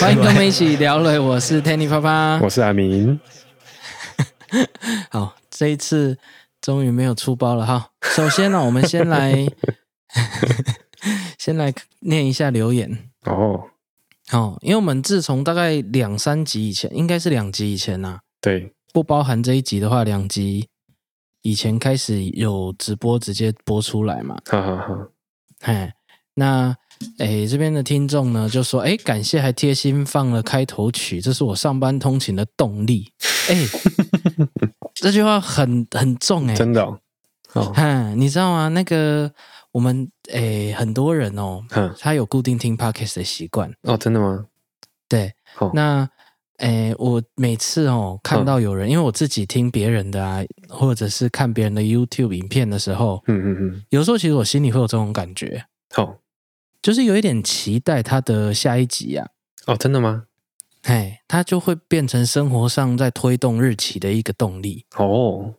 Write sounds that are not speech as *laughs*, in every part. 欢迎跟我们一起聊了，我是 Tanny 啪啪。我是阿明，好，这一次终于没有出包了哈。首先呢、我们先来 *laughs* 先来念一下留言哦，哦，因为我们自从大概两三集以前，应该是两集以前呐、对，不包含这一集的话，两集以前开始有直播直接播出来嘛。哈哈哈，嘿，那诶这边的听众呢就说，诶，感谢还贴心放了开头曲，这是我上班通勤的动力。 *laughs* 诶，这句话很很重诶。真的哦，哦，哼，你知道吗？那个我们诶很多人哦，哼，他有固定听 podcast 的习惯。哦，真的吗？对，哦，那诶我每次哦看嗯到有人，因为我自己听别人的啊，或者是看别人的 YouTube 影片的时候，嗯嗯嗯，哦有时候其实我心里会有这种感觉。好，就是有一点期待他的下一集啊，哦，真的吗？嘿，它就会变成生活上在推动日期的一个动力，哦，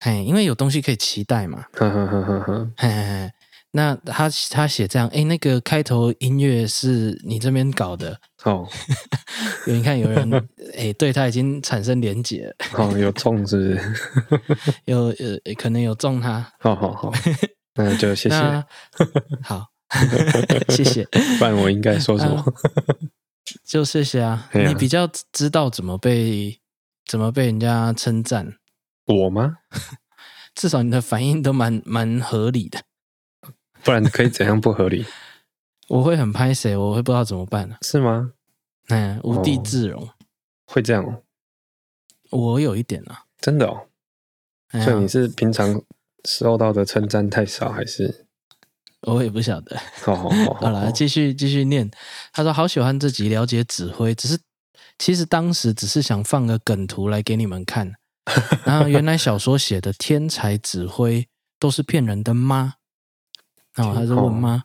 嘿，因为有东西可以期待嘛，哈哈哈哈哈，嘿嘿嘿。那他他写这样，哎，那个开头音乐是你这边搞的，哦，有你看有 *laughs* 人哎对他已经产生连结了，哦，有中是不是？ *laughs* 有呃可能有中他，好 *laughs* 好好，那就谢谢，那好， *laughs* 谢谢，不然我应该说什么？就谢谢啊，嘿啊你比较知道怎么被怎么被人家称赞，嗯我吗？至少你的反应都蛮 *laughs* 蛮合理的。不然可以怎样不合理？ *laughs* 我会很拍谁，我会不知道怎么办呢、是吗？嗯，无地自容，会这样哦？我有一点啊。真的哦？哎呀所以你是平常受到的称赞太少，还是？我也不晓得。好好好，好了，继续继续念。他说好喜欢这集了解指挥，只是其实当时只是想放个梗图来给你们看。 *laughs* 然啊后原来小说写的天才指挥都是骗人的吗？哦，他是问吗？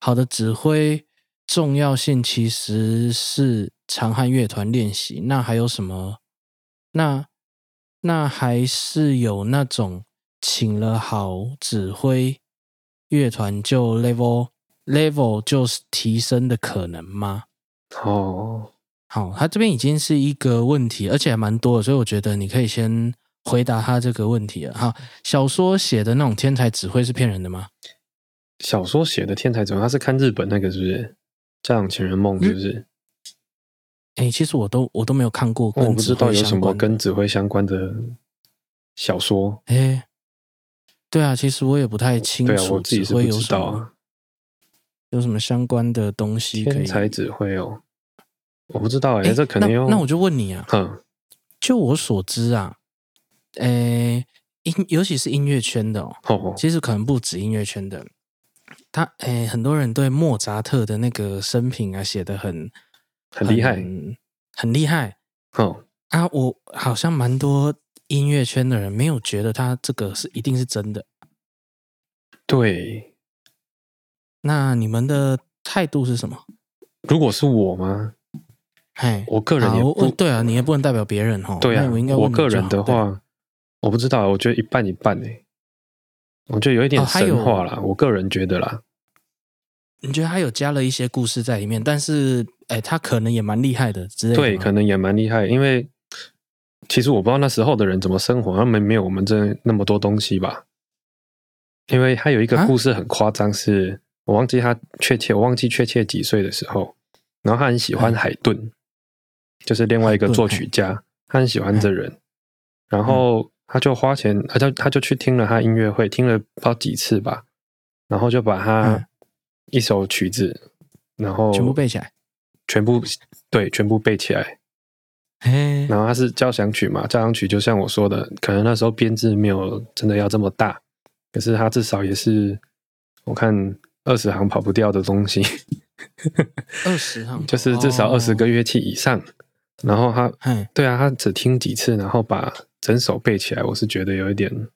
好的指挥重要性其实是长汉乐团练习，那还有什么？那那还是有那种请了好指挥，乐团就 level level 就是提升的可能吗？哦，好，他这边已经是一个问题，而且还蛮多的，所以我觉得你可以先回答他这个问题了。哈，小说写的那种天才指挥是骗人的吗？小说写的天才怎么？他是看日本那个是不是？家长情人梦是不嗯是？诶，其实我都我都没有看过哦我跟不指知道挥有什相么关的。跟指挥相关的小说。诶，对啊，其实我也不太清对啊，楚我自己指是不挥有知什道么、啊。有什么相关的东西可天以。才指挥哦，我不知道哎、诶这可能那要那我就问你啊，哼就我所知啊，诶，音尤其是音乐圈的哦，哦其实可能不止音乐圈的，他诶、很多人对莫扎特的那个生平啊写的很很厉害很很厉害哦啊！我好像蛮多音乐圈的人没有觉得他这个是一定是真的。对，那你们的态度是什么？如果是我吗？嘿，我个人也好，不问对啊，你也不能代表别人哦。对啊那我应该，问我你个就人好的，话，我不知道，我觉得一半一半哎、我觉得有一点哦还有神话啦，我个人觉得啦，对你觉得他有加了一些故事在里面，但是诶，他可能也蛮厉害的之类的吗。对，可能也蛮厉害，因为其实我不知道那时候的人怎么生活，他们没有我们这那么多东西吧。因为他有一个啊故事很夸张是，我忘记他确切，我忘记确切几岁的时候，然后他很喜欢嗯海顿，就是另外一个海顿嗯作曲家，他很喜欢这人，然后他就花钱，呃他就他就去听了他音乐会，听了不知道几次吧，然后就把嗯他一首曲子，然后全部背起来。全部对全部背起来，嘿，然后它是交响曲嘛，交响曲就像我说的，可能那时候编制没有真的要这么大，可是它至少也是我看二十行跑不掉的东西， *laughs* 二十行就是至少二十个月。乐器以上。然后他，嘿，对啊，他只听几次，然后把整首背起来，我是觉得有一点，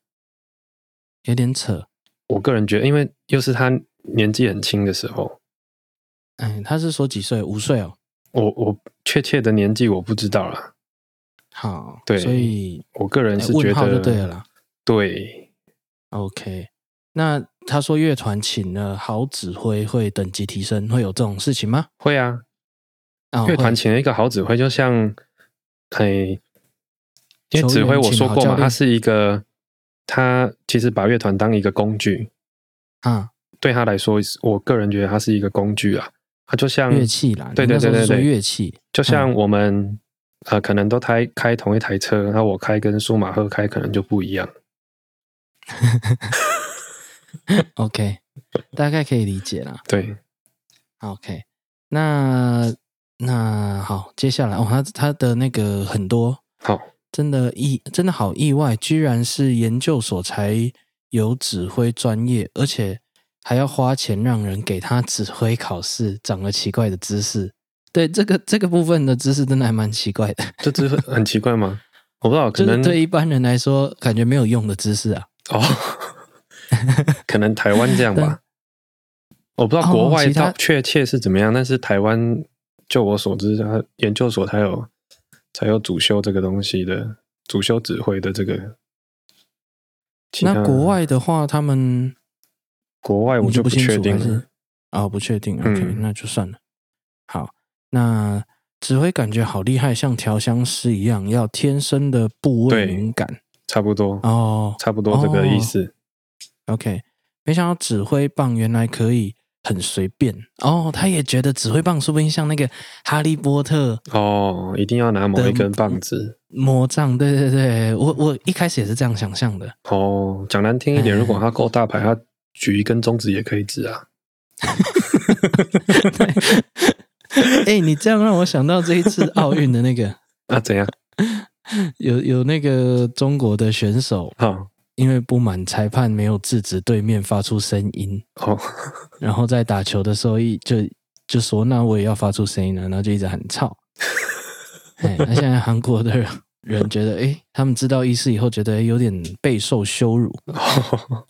有点扯。我个人觉得，因为又是他年纪很轻的时候，哎，他是说几岁？五岁哦。我我确切的年纪我不知道啦，好，对所以我个人哎是觉问得号就对了啦。对 OK，那他说乐团请了好指挥会等级提升，会有这种事情吗？会啊，啊、乐团会请了一个好指挥，就像，哎，因为球指员挥我请说好过教嘛，他练是一个，他其实把乐团当一个工具，啊，对他来说，我个人觉得它是一个工具啊，它就像乐器嗯啦，对你对那时对候对是说对，乐器，就像我们、呃，可能都开开同一台车，那我开跟舒马赫开可能就不一样。 OK，大概可以理解啦。对， OK，那那好，接下来哦，他他的那个很多好，真的意真的好意外，居然是研究所才有指挥专业，而且还要花钱让人给他指挥考试，长了奇怪的知识。对这个这个部分的知识真的还蛮奇怪的，这只是很奇怪吗？我不知道，*laughs* 就可是能对一般人来说感觉没有用的知识啊。哦， *laughs* 可能台湾这样吧。我不知道国哦外其他到确切是怎么样，但是台湾就我所知，它研究所才有才有主修这个东西的，主修指挥的这个。其他那国外的话，他们国外我你就就不清确楚定还是了。哦，不确定。嗯 OK，、那就算了。好，那指挥感觉好厉害，像调香师一样，要天生的部位对敏感。差不多，哦差不多这个意思。 ，OK，没想到指挥棒原来可以很随便。哦，他也觉得指挥棒说不定像那个哈利波特哦，一定要拿某一根棒子。魔杖。对对对，我我一开始也是这样想象的。 *laughs* 哦，讲难听一点，哎如果它够大牌，它举一根中指也可以指啊。 *laughs* 哎、你这样让我想到这一次奥运的那个，那啊怎样？有有那个中国的选手，好，因为不满裁判没有制止对面发出声音，哦，然后在打球的时候一就就说那我也要发出声音了，然后就一直很吵。哎，那现在韩国的人人觉得，哎，他们知道意思以后，觉得诶有点备受羞辱，哦，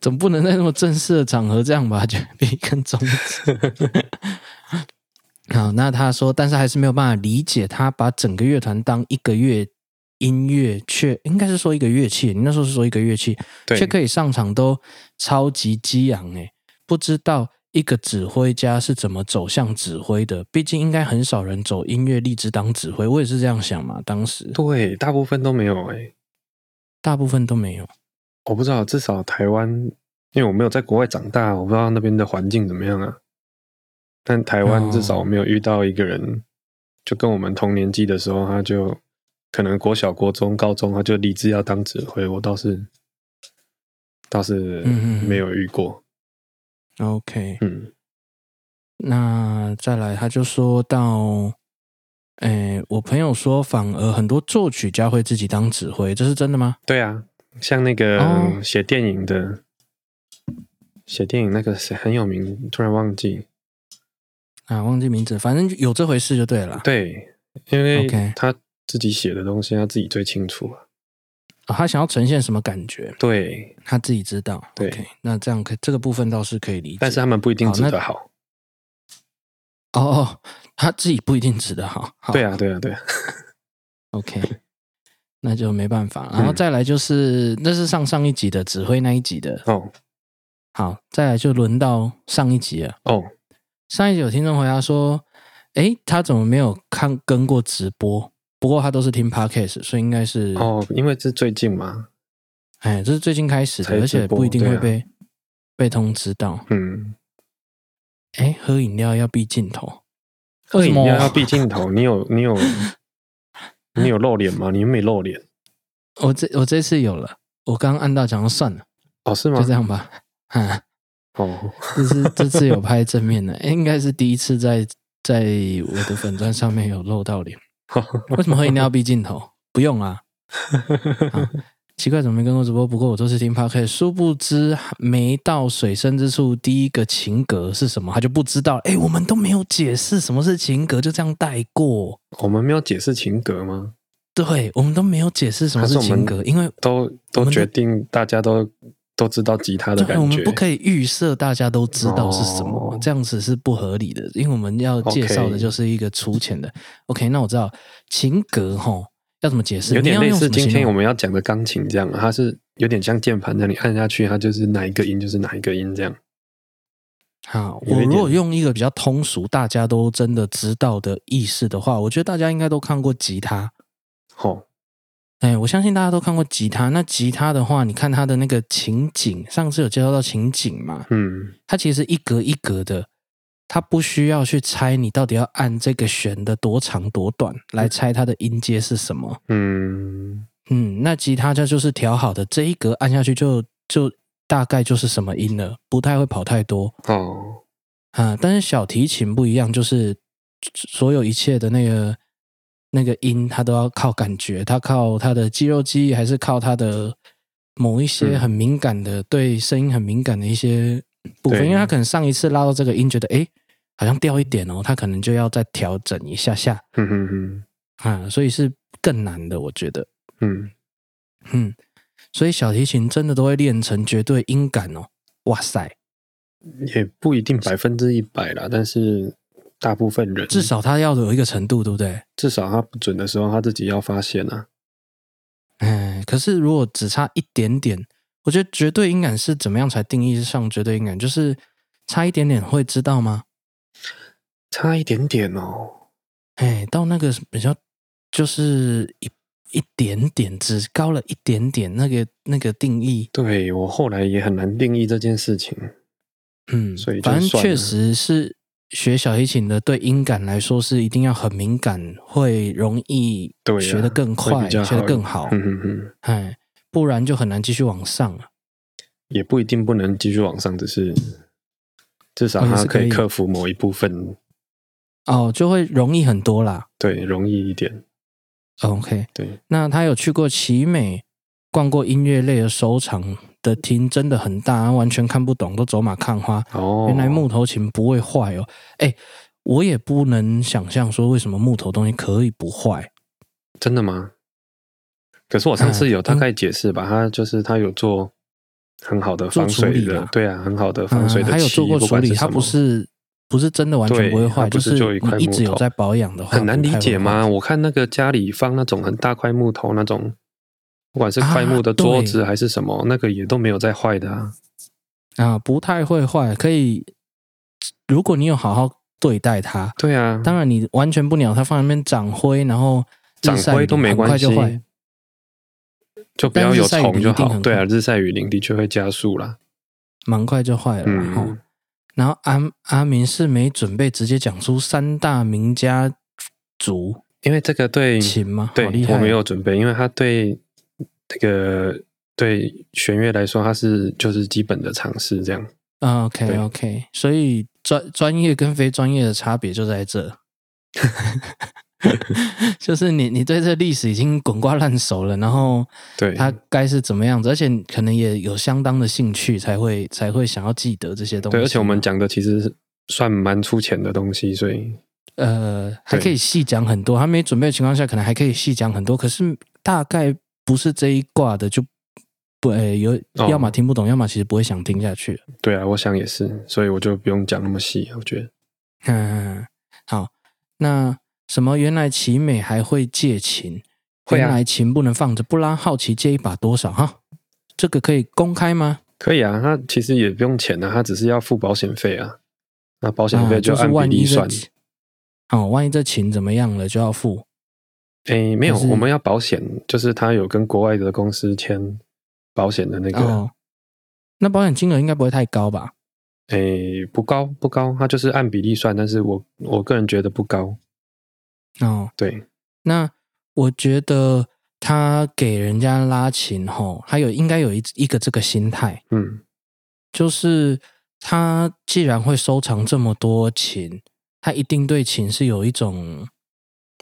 总不能在那么正式的场合这样吧？就比一根中指。好，那他说，但是还是没有办法理解他把整个乐团当一个乐音乐，却应该是说一个乐器。你那时候是说一个乐器，对却，可以上场都超级激昂诶、不知道一个指挥家是怎么走向指挥的，毕竟应该很少人走音乐立志当指挥，我也是这样想嘛。当时对，大部分都没有哎、大部分都没有，我不知道，至少台湾，因为我没有在国外长大，我不知道那边的环境怎么样啊。但台湾哦至少我没有遇到一个人，就跟我们同年纪的时候，他就可能国小、国中、高中，他就立志要当指挥。我倒是倒是嗯嗯嗯没有遇过。 OK，嗯，那再来他就说到。诶，我朋友说，反而很多作曲家会自己当指挥，这是真的吗？对啊，像那个哦写电影的，写电影那个谁很有名，突然忘记。啊，忘记名字，反正有这回事就对了啦。对，因为 OK 他自己写的东西，他自己最清楚啊。啊他想要呈现什么感觉，对，他自己知道。对 OK，那这样可这个部分倒是可以理解。但是他们不一定好指那的好。哦哦，他自己不一定指的好。好对啊，对啊，对啊。 ，OK，那 *laughs* 就没办法。嗯然后再来就是，那是上上一集的指挥那一集的。哦好，再来就轮到上一集了。哦，上一集有听众回答说：“诶，他怎么没有看跟过直播？不过他都是听 podcast，所以应该是哦，因为是最近嘛，哎，这是最近开始的才，而直且播不一定对会啊被、被通知到。嗯，哎，喝饮料要避镜头，喝饮为料什么要避镜头，你有你有你有露脸吗？你又没露脸我这我这次有了，我刚刚按到讲说算了，哦，是吗就？这样吧。 *laughs* 哈，哦，这次这次有拍正面的，哎应该是第一次在在我的粉砖上面有露 *laughs* 到脸。为什么喝饮料要避镜头？不用啊， *laughs* 奇怪，怎么没跟过直播？不过我都是听 podcast。殊不知，没到水深之处，第一个情格是什么，他就不知道。哎，我们都没有解释什么是情格，就这样带过。我们没有解释情格吗？对，我们都没有解释什么还是我情们格，因为都我都们的决定大家都都知道吉他的对，啊我感们觉不，可以预设大家都知道是什么，哦这样子是不合理的，因为我们要介绍的 OK 就是一个粗浅的。OK，, 那我知道琴格吼要怎么解释，有点你要类用似什么今形天我容们要讲的钢琴这样啊，它是有点像键盘的，你按下去，它就是哪一个音就是哪一个音这样。好，有我一如果点用一个比较通俗、大家都真的知道的意识的话，我觉得大家应该都看过吉他。吼，哎，我相信大家都看过吉他。那吉他的话，你看它的那个琴颈，上次有介绍到琴颈嘛？嗯，它其实一格一格的，它不需要去猜你到底要按这个弦的多长多短来猜它的音阶是什么。嗯，嗯，那吉他它就是调好的，这一格按下去就就大概就是什么音了，不太会跑太多哦，啊。但是小提琴不一样，就是所有一切的那个那个音，它都要靠感觉，它靠它的肌肉记忆，还是靠它的某一些嗯很敏感的、对声音很敏感的一些部分，对因为它可能上一次拉到这个音，觉得诶好像掉一点哦，它可能就要再调整一下下嗯哼哼，啊，所以是更难的，我觉得。嗯，嗯，所以小提琴真的都会练成绝对音感哦。哇塞，也不一定百分之一百啦，但是大部分人至少它要有一个程度，对不对？至少他不准的时候，他自己要发现啊。嗯，可是如果只差一点点，我觉得绝对音感是怎么样才定义上绝对音感？就是差一点点会知道吗？差一点点哦，哎，到那个比较就是一一点点，只高了一点点，那个那个定义，对我后来也很难定义这件事情。嗯，所以就反正算了确实是学小提琴的，对音感来说是一定要很敏感，会容易对啊学得更会快，比较学得好更好，嗯哼哼，哎，不然就很难继续往上了。也不一定不能继续往上，只是至少哦也他是可可以以克服某一部分，哦，就会容易很多啦。哦对，容易一点。 OK，对，那他有去过奇美，逛过音乐类的收藏的厅，真的很大，完全看不懂，都走马看花。哦，原来木头琴不会坏哦，哎，我也不能想象说为什么木头东西可以不坏。真的吗？可是我上次有嗯大概解释吧，他就是他有做很好的做防水处理的啦，对啊，很好的防水的嗯漆，还有做过不处管理，是它什不么，是不是真的完全对不会坏，它不就是就一块你一直木有头在保养的话，很难不理太会解坏吗？？我看那个家里放那种很大块木头那种，不管是块木的啊对桌子还是什么，那个也都没有在坏的啊。啊，不太会坏，可以。如果你有好好对待它，对啊，当然你完全不鸟它，放在那边长灰，然后日长晒灰雨都淋没很关快系就坏。，就不要有虫但日晒雨淋一就定好。很对啊，快日晒雨淋的确会加速啦。蛮快就坏了嘛。嗯啊吼然后阿阿明是没准备直接讲出三大名家族因为这个对琴吗？嗯对好厉害，我没有准备，因为它对这个对弦乐来说，它是就是基本的常识这样。啊，OK 对 OK，所以专专业跟非专业的差别就在这， *laughs* 就是你你对这历史已经滚瓜烂熟了，然后对，它该是怎么样子，而且可能也有相当的兴趣才会才会想要记得这些东西。对，而且我们讲的其实是算蛮粗浅的东西，所以呃还对可以细讲很多，还没准备的情况下，可能还可以细讲很多，可是大概不是这一卦的就不呃有，哦要么听不懂，要么其实不会想听下去。对啊，我想也是，所以我就不用讲那么细，我觉得。嗯，好，那什么？原来奇美还会借琴，会啊原来琴不能放着，不拉好奇借一把多少哈？这个可以公开吗？可以啊，他其实也不用钱啊，他只是要付保险费啊。那保险费啊就是按比万例一这算。琴哦，万一这琴怎么样了就要付诶，没有，就是我们要保险，就是他有跟国外的公司签保险的那个，哦。那保险金额应该不会太高吧？诶，不高不高，他就是按比例算，但是我我个人觉得不高。哦，对，那我觉得他给人家拉琴吼，还有应该有一一个这个心态，嗯就是他既然会收藏这么多琴，他一定对琴是有一种，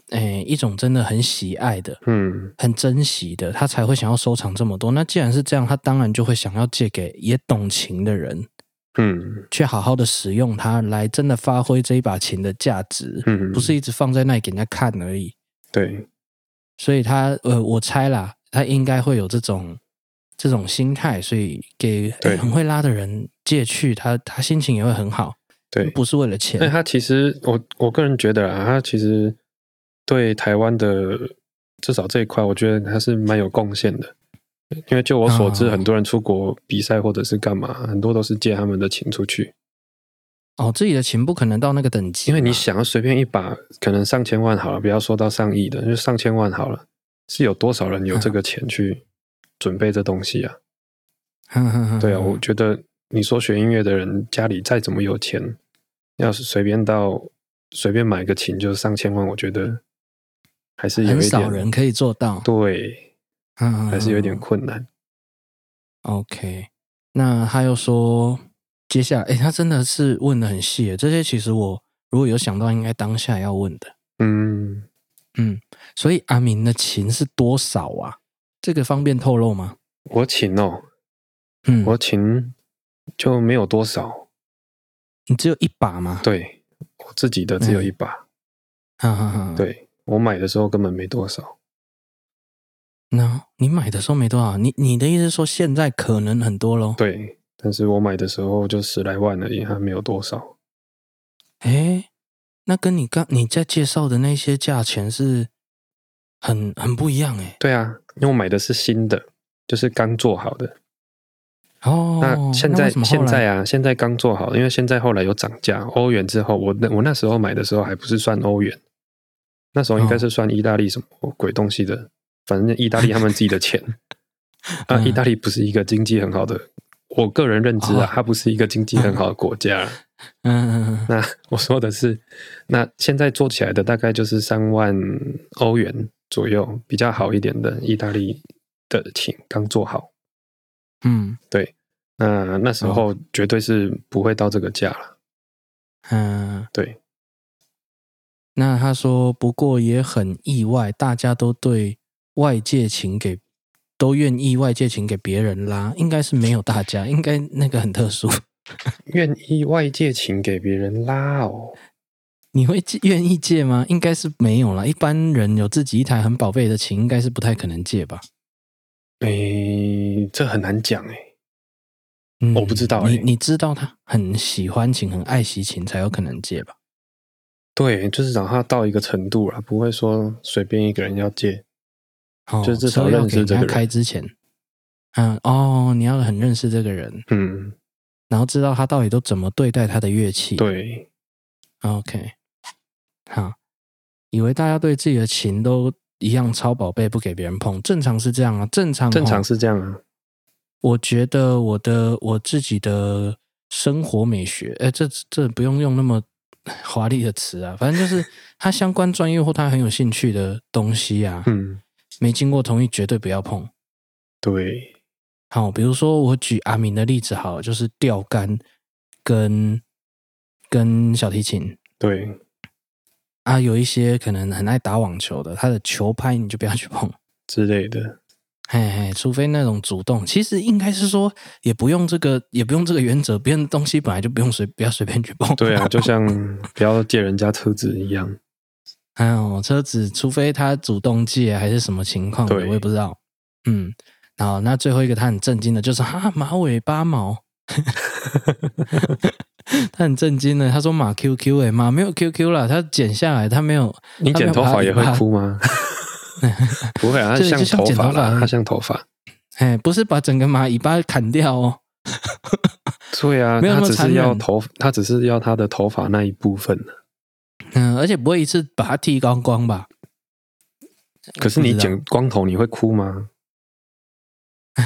诶、一种真的很喜爱的、嗯，很珍惜的，他才会想要收藏这么多。那既然是这样，他当然就会想要借给也懂琴的人，嗯去好好的使用它，来真的发挥这一把琴的价值，嗯，不是一直放在那里给人家看而已。对，所以他，呃，我猜啦，他应该会有这种。这种心态，所以给、诶对很会拉的人借去，他他心情也会很好。对，不是为了但钱。他其实我我个人觉得啊，他其实对台湾的至少这一块，我觉得他是蛮有贡献的。因为就我所知，哦很多人出国比赛或者是干嘛，很多都是借他们的琴出去，哦，自己的琴不可能到那个等级嘛，因为你想要随便一把，可能上千万好了，不要说到上亿的，就上千万好了，是有多少人有啊这个钱去准备这东西啊？哼，哼哼 *laughs* 对啊，哼我觉得你说学音乐的人家里再怎么有钱，要是随便到随便买个琴就是上千万，我觉得还是有很一少点人嗯可以做到，对，哼哼哼还是有一点困难。 OK，那他又说，接下来，哎，他真的是问的很细耶，这些其实我如果有想到，应该当下要问的。嗯，所以阿明的琴是多少啊？这个方便透露吗？我琴哦，嗯，我琴就没有多少，你只有一把吗？，对我自己的只嗯有一把，哈哈哈。，对我买的时候根本没多少。那你买的时候没多少，你你的意思是说现在可能很多喽？，对，但是我买的时候就十来万而已，还没有多少。哎，那跟你刚你在介绍的那些价钱是很很不一样哎。对啊，因为我买的是新的，就是刚做好的。哦，那现为在什么后现来在啊，现在刚做好，因为现在后来有涨价，欧元之后，我那我那时候买的时候还不是算欧元，那时候哦应该是算意大利什么鬼东西的，反正意大利他们自己的 *laughs* 钱。啊，嗯意大利不是一个经济很好的，我个人认知哦啊，它不是一个经济很好的国家啊。嗯嗯嗯嗯那我说的是，那现在做起来的大概就是三万欧元左右，比较好一点的意大利的琴刚做好。嗯。那那时候哦绝对是不会到这个价了。嗯，对。那他说，不过也很意外，大家都对外借情给都愿意外借情给别人啦，应该是没有大家，应该那个很特殊。愿意外借情给别人拉哦，你会借愿意借吗？应该是没有啦。一般人有自己一台很宝贝的琴，应该是不太可能借吧。诶、这很难讲诶。嗯我不知道你欸你知道他很喜欢琴，很爱惜琴，才有可能借吧？对，就是让他到一个程度了，不会说随便一个人要借。哦，就至少车要认识给这人家个人开之前，嗯，哦，你要很认识这个人，嗯，然后知道他到底都怎么对待他的乐器。对， OK，好，以为大家对自己的琴都一样超宝贝，不给别人碰，正常是这样啊，正常正常齁。是这样啊。我觉得我的我自己的生活美学，哎，这这不用用那么华丽的词啊，反正就是他相关专业或他很有兴趣的东西啊，嗯，没经过同意绝对不要碰。对，好，比如说我举阿明的例子好了，就是钓竿跟跟小提琴，对，啊，有一些可能很爱打网球的，他的球拍你就不要去碰，之类的。嘿嘿，除非那种主动。其实应该是说，也不用这个，也不用这个原则，别人的东西本来就不用随，不要随便去碰。对啊，就像不要借人家车子一样。 *laughs* 哎呦，车子，除非他主动借还是什么情况的，对我也不知道。嗯，好，那最后一个他很震惊的，就是啊，马尾八 *laughs* 毛，他很震惊的，他说马 QQ 哎、马没有 QQ 啦，他剪下来，他没有，你他没剪有头把它发也会理发哭 *laughs* 吗？不会啊，它对像就像头剪发头发啦，它像头发。哎，不是把整个马尾巴砍掉哦。对啊，没有那他么只残是要忍头，他只是要他的头发那一部分。嗯，而且不会一次把它剃光光吧？可是不你知道剪光头，你会哭吗？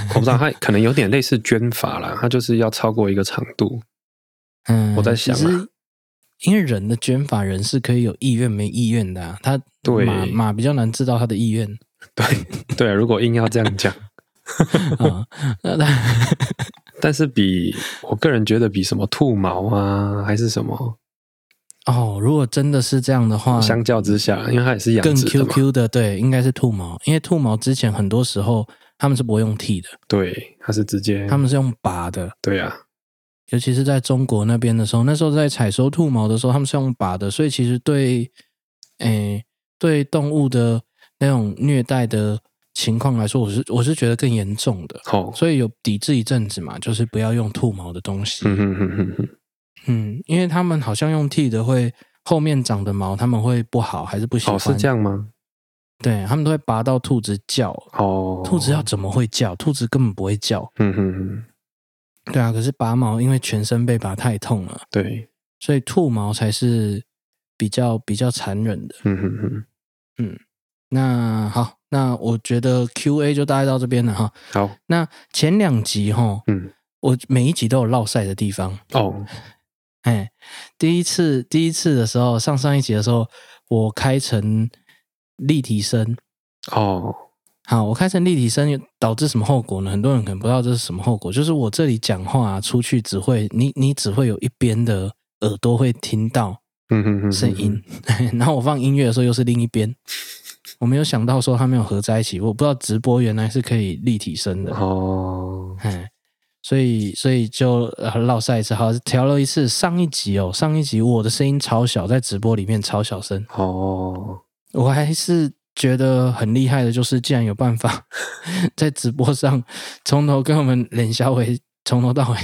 我不知道，他可能有点类似捐法啦， *laughs* 他就是要超过一个长度。嗯，我在想啊其实因为人的卷发人是可以有意愿没意愿的、啊，他对马马比较难知道他的意 *laughs* 愿 *laughs* 对对啊，如果硬要这样讲，啊。那他但是比我个人觉得比什么兔毛啊，还是什么，哦，如果真的是这样的话，相较之下，因为它也是啊嗯更养殖的嘛， QQ 的对，应该是兔毛，因为兔毛之前很多时候他们是不会用剃的，对，它是直接，他们是用拔的。对啊，尤其是在中国那边的时候，那时候在采收兔毛的时候，他们是用拔的，所以其实对，诶、对动物的那种虐待的情况来说，我是我是觉得更严重的，哦，所以有抵制一阵子嘛，就是不要用兔毛的东西，嗯哼哼哼哼，嗯因为他们哦好像用剃的会后面长的毛他们会不好，还是不喜欢，哦，是这样吗？对他们都会拔到兔子叫，哦，兔子要怎么会叫？兔子根本不会叫，嗯哼哼，对啊。可是拔毛因为全身被拔太痛了，对，所以兔毛才是比较比较残忍的。嗯哼哼，那好，那我觉得 Q&A 就大概到这边了哈。好，那前两集哈，嗯，我每一集都有落赛的地方。哦，哎，第一次第一次的时候，上上一集的时候，我开成立体声。哦，好，我开成立体声导致什么后果呢？很多人可能不知道这是什么后果，就是我这里讲话、出去只会你你只会有一边的耳朵会听到嗯哼哼哼，声音，然后我放音乐的时候又是另一边。我没有想到说它没有合在一起，我不知道直播原来是可以立体声的。哦，哎，所以所以就呃绕赛一次，好调了一次。上一集哦，上一集我的声音超小，在直播里面超小声，哦，我还是觉得很厉害的，就是竟然有办法 *laughs* 在直播上从头跟我们冷小伟从头到尾，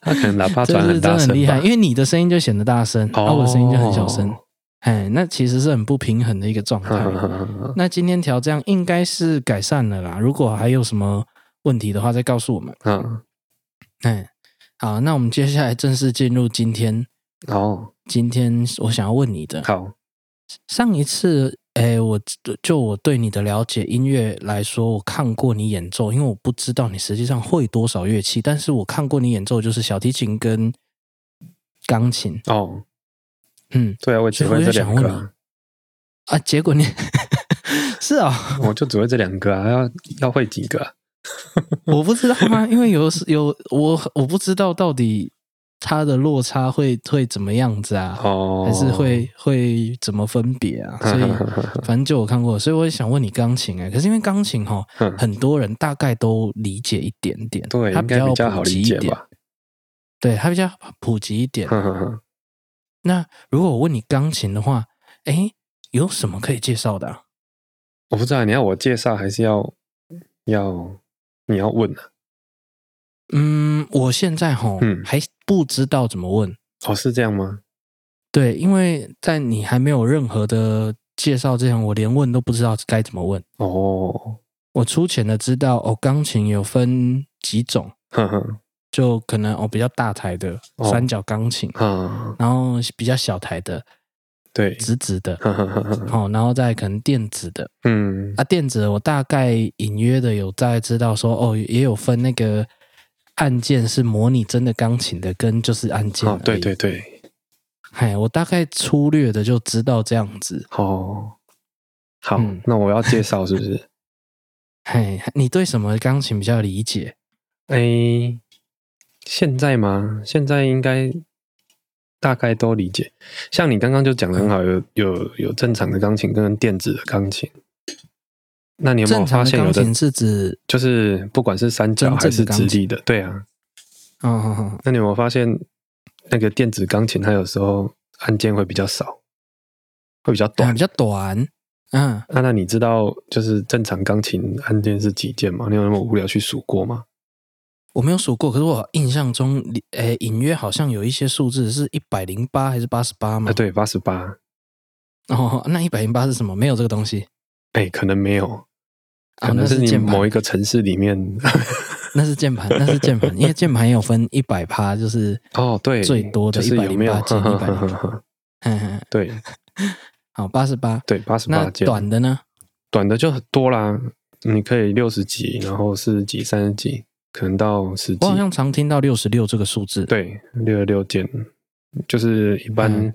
他可能喇叭这转是真很大的很声厉害。吧因，为你的声音就显得大声，而、哦，我的声音就很小声，哎，那其实是很不平衡的一个状 *laughs* 态。 *laughs* 嗯，那今天调这样应该是改善了啦，如果还有什么问题的话，再告诉我们。嗯，哎，好，那我们接下来正式进入今天。哦，今天我想要问你的，好，上一次，哎，我就我对你的了解，音乐来说，我看过你演奏，因为我不知道你实际上会多少乐器，但是我看过你演奏就是小提琴跟钢琴，哦，嗯对啊，我只会所以这两我就个想问啊，啊，结果你 *laughs* 是啊、我就只会这两个啊， *laughs* 要要会几个啊？我不知道吗？因为有有我我不知道到底它的落差会会怎么样子啊，哦，还是 *laughs* 会会怎么分别啊，所以。反正就我看过，所以我也想问你钢琴哎、可是因为钢琴哈，嗯很多人大概都理解一点点，对，它应该比较好普及理一解点，吧？嗯对，它比较普及一点。哼哼哼那如果我问你钢琴的话，哎，有什么可以介绍的啊、 *laughs* 我不知道你要我介绍还是要要你要问啊？嗯，我现在哈、嗯还不知道怎么问，哦，是这样吗？对，因为在你还没有任何的介绍之前，我连问都不知道该怎么问。哦， *laughs* 我粗浅的知道哦，钢琴有分几种，哼哼，就可能哦比较大台的哦三角钢琴，啊，然后比较小台的对， *laughs* 直直的，哼哼哼哼，好、然后再可能电子的嗯，啊，电子的我大概隐约的有在知道说，哦，也有分那个按键是模拟真的钢琴的，跟就是按键、哦，对对，对，嗨，我大概粗略的就知道这样子，哦，好嗯，那我要介绍是不是？嗨，你对什么钢琴比较理解？诶，哎现在吗？现在应该大概都理解。像你刚刚就讲的很好，有嗯有有正常的钢琴跟电子的钢琴。那你有没有正常发的现有钢的琴是指，就是不管是三角真正的还是直钢琴立的，对啊。嗯嗯嗯，那你有没有发现那个电子钢琴它有时候按键会比较少，会比较短、短啊比？较短，嗯，那、那你知道就是正常钢琴按键是几键吗？你有那么无聊去数过吗？我没有数过，可是我印象中，诶，隐约好像有一些数字是一百零八还是八十八嘛？啊，对，八十八。哦，那一百零八是什么？没有这个东西，哎，可能没有，啊可能那是是你键盘某一个城市里 *laughs* 面。那是键盘，那是键盘，因为键盘也有分一百趴，就是哦，对，最多的就是有没有？ 108键呵呵呵108呵呵哼哼 *laughs* 对好八十八。对，八十八那键，短的呢？短的就很多啦，你可以六十几，然后四十几、三十几，可能到十几我。好像常听到六十六这个数字。，对，六十六键，就是一般嗯。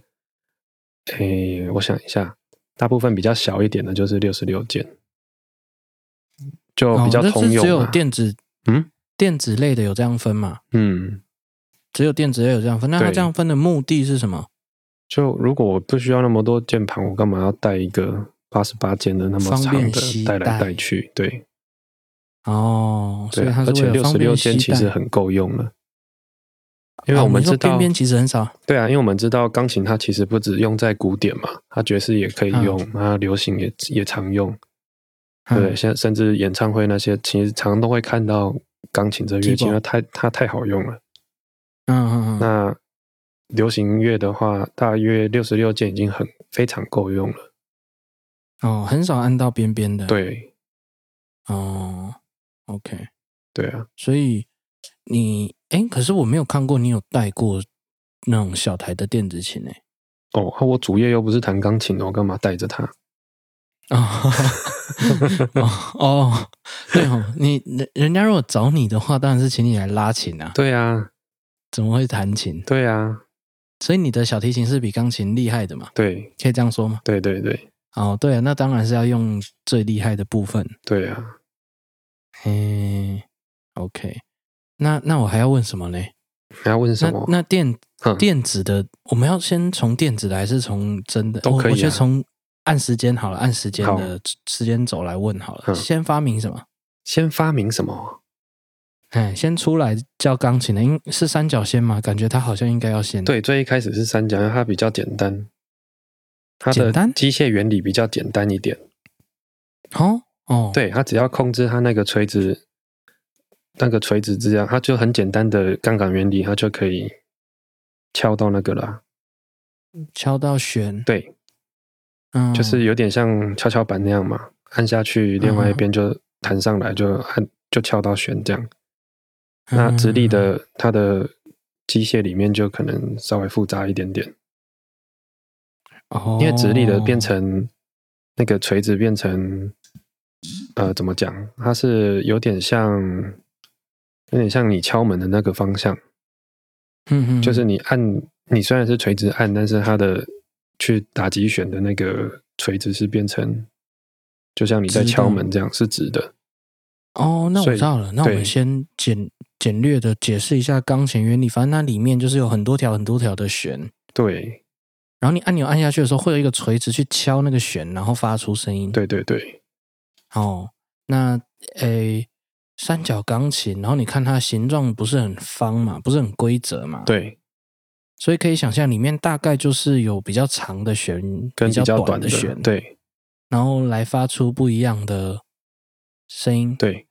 诶、我想一下，大部分比较小一点的就是六十六键，就哦比，较这通哦是用、只有啊电子，嗯，电子类的有这样分嘛？嗯，只有电子类有这样分。那它对这样分的目的是什么？就如果我不需要那么多键盘，我干嘛要带一个八十八键的那么方长便的携带来带带去？对，哦，所对以啊，它是而且为了六方十六便键携其带实。很够用了，因为我们哦你知说道边，边其实很少。对啊，因为我们知道钢琴它其实不只用在古典嘛，它爵士也可以嗯用，它流行也也常用，对嗯不对，现在甚至演唱会那些，其实常常都会看到钢琴这乐器， Keyboard 因为太它太好用了。嗯嗯嗯。那流行音乐的话，大约六十六键已经很非常够用了，哦，很少按到边边的。，对哦，OK，对啊，所以你哎，可是我没有看过你有带过那种小台的电子琴诶。哦，啊我主业又不是弹钢琴的，我干嘛带着它？哦哦哦，对哦，你人人家如果找你的话，当然是请你来拉琴啊，对啊，怎么会弹琴？对啊，所以你的小提琴是比钢琴厉害的嘛？对可以这样说吗？对对对哦，对啊，那当然是要用最厉害的部分。对啊，嘿，OK，那那我还要问什么嘞？你要问什那么？嗯那电哼电子的，我们要先从电子的还是从真的？都我可以我觉得啊从按时间好了，按时间好的时间轴来问好了。嗯先发明什么？先发明什么？哎，先出来教钢琴的，因是三角先嘛，感觉它好像应该要先。，对，最一开始是三角，因为它比较简单，它的简单机械原理比较简单一点。哦哦，，对，它只要控制它那个垂直，那个垂直这样，它就很简单的杠杆原理，它就可以敲到那个啦。敲到弦，对，嗯，就是有点像跷跷板那样嘛，按下去，另嗯外一边就弹上来，就按就敲到弦这样。那直立嗯，的它的机械里面就可能稍微复杂一点点，哦因为直立的变成那个垂直变成呃怎么讲，它是有点像有点像你敲门的那个方向，嗯嗯，就是你按你虽然是垂直按，但是它的去打击选的那个垂直是变成。就像你在直的敲门这样是直的，哦，那我所以知道了。那我们对先简简略的解释一下钢琴原理，反正它里面就是有很多条很多条的弦，对，然后你按钮按下去的时候，会有一个垂直去敲那个弦，然后发出声音。，对对对，哦，那诶，三角钢琴，然后你看它形状不是很方嘛，不是很规则嘛，，对，所以可以想象里面大概就是有比较长的弦，跟较较短的，弦，，对然后来发出不一样的声音，，对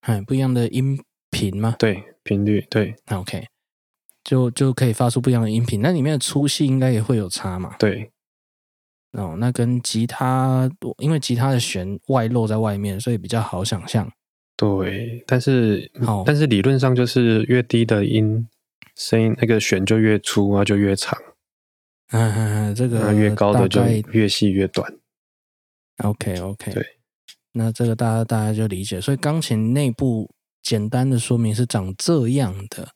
哎，不一样的音频嘛，对，频率对那 OK，就就可以发出不一样的音频。那里面的粗细应该也会有差嘛？对哦，那跟吉他，因为吉他的弦外露在外面，所以比较好想象。 *laughs* 对，但是嗯好但是理论上就是越低的音声音那个弦就越粗啊，就越长，嗯、这那个越高的就大概越细越短， OK OK。对，那这个大家大家就理解。所以钢琴内部简单的说明是长这样的。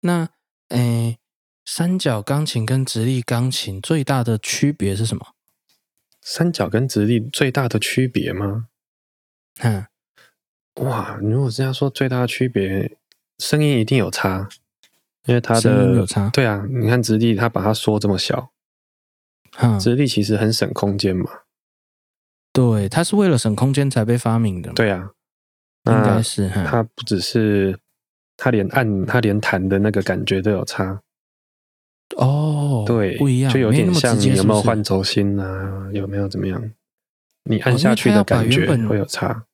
那诶，三角钢琴跟直立钢琴最大的区别是什么？三角跟直立最大的区别吗？嗯，哇，如果这样说，最大的区别声音一定有差，因为它声音的有差对啊，你看直立它把它缩这么小，嗯直立其实很省空间嘛，对，它是为了省空间才被发明的嘛。对啊，应那该是哈。它不只是它连按它连弹的那个感觉都有差，哦，对，不一样，就有没点那么像直接你有没有是不是换轴心啊，有没有怎么样？你哦因按为下去它要的把感原觉本会有差，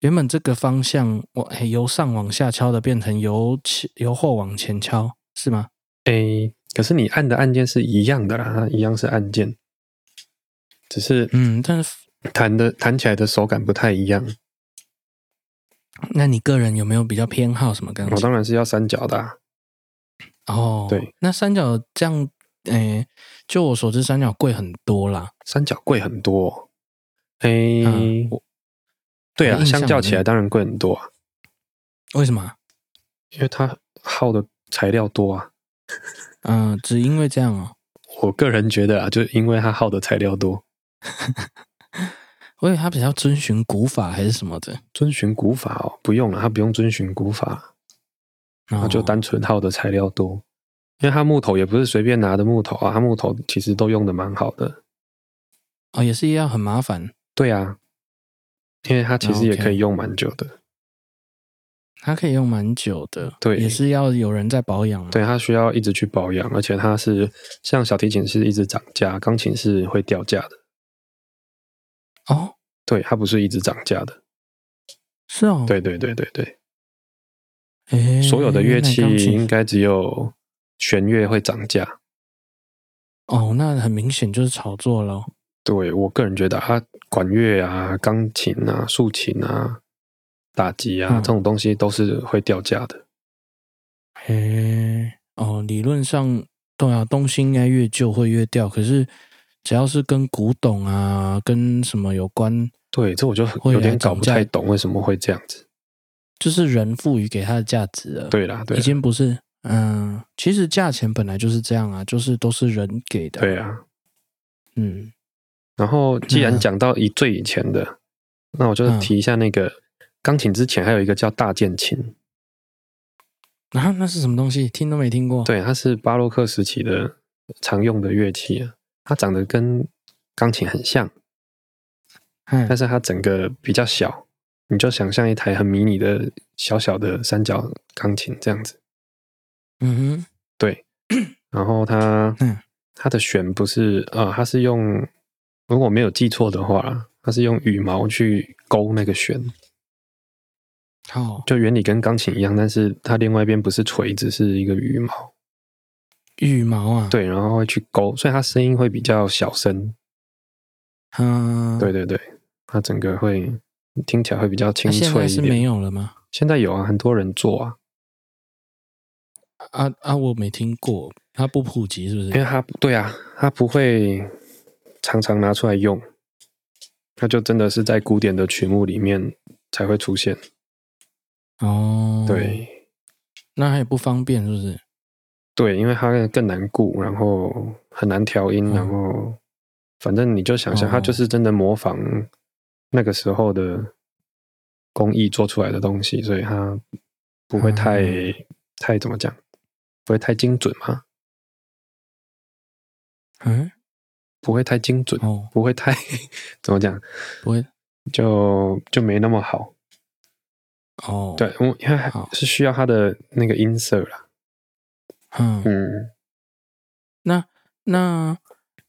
原本这个方向我嘿由上往下敲的，变成由前由后往前敲，是吗？诶，可是你按的按键是一样的啦，它一样是按键，只是嗯，但是弹的弹起来的手感不太一样。那你个人有没有比较偏好什么钢我琴？哦当然是要三角的啊，哦，对，那三角这样，诶、就我所知，三角贵很多啦。三角贵很多哦。诶嗯，我对啊，印象相较里起面来当然贵很多啊，为什么啊？因为它耗的材料多啊。嗯、只因为这样哦。我个人觉得啊，就因为它耗的材料多，我以为他比较遵循古法还是什么的，遵循古法哦，不用了，它不用遵循古法，然它就单纯耗的材料多。因为它木头也不是随便拿的木头啊，它木头其实都用的蛮好的。哦，也是一样很麻烦。对啊，因为它其实也哦 OK 可以用蛮久的。它可以用蛮久的，对也是要有人在保养嘛。啊对，它需要一直去保养，而且它是像小提琴是一直涨价，钢琴是会掉价的。哦，对，它不是一直涨价的。是哦，对对对对对，诶，所有的乐器那钢琴应该只有弦乐会涨价。哦，那很明显就是炒作喽。对我个人觉得啊，管乐啊、钢琴啊、竖琴啊、打击啊、嗯这种东西都是会掉价的。嘿，哦，理论上对啊，东西应该越旧会越掉，可是只要是跟古董啊、跟什么有关，对，这我就很会有来点涨搞不太价懂为什么会这样子。就是人赋予给它的价值了。，对啦，对已啦，经不是嗯，其实价钱本来就是这样啊，就是都是人给的。对啊。嗯，然后嗯既然讲到以最以前的，那我就嗯提一下那个钢琴之前还有一个叫大键琴，啊，那是什么东西？听都没听过。，对，它是巴洛克时期的常用的乐器啊，它长得跟钢琴很像，嗯但是它整个比较小，你就想象一台很迷你的小小的三角钢琴这样子。嗯然后它嗯它的弦不是呃，它是用如果没有记错的话，它是用羽毛去勾那个弦，哼，好，就原理跟钢琴一样，但是它另外一边不是锤子，是一个羽毛，羽毛啊。，对，然后会去勾，所以它声音会比较小声，嗯，对对对，它整个会听起来会比较清那现脆在一是没点。有了吗？现在有啊，很多人做啊，啊啊，我没听过，它不普及是不因为是？它对啊，它不会常常拿出来用，它就真的是在古典的曲目里面才会出现。哦，对，那它也不方便，是不是？对，因为它更难顾，然后很难调音，嗯然后反正你就想象，它就哦是真的模仿那个时候的工艺做出来的东西，所以它不会太、太怎么讲，不会太精准嘛，嗯，不会太精准，哦，不会太 *laughs* 怎么讲，不会，就就没那么好。哦，，对，我因为还好是需要它的那个音色啦。嗯，嗯，那，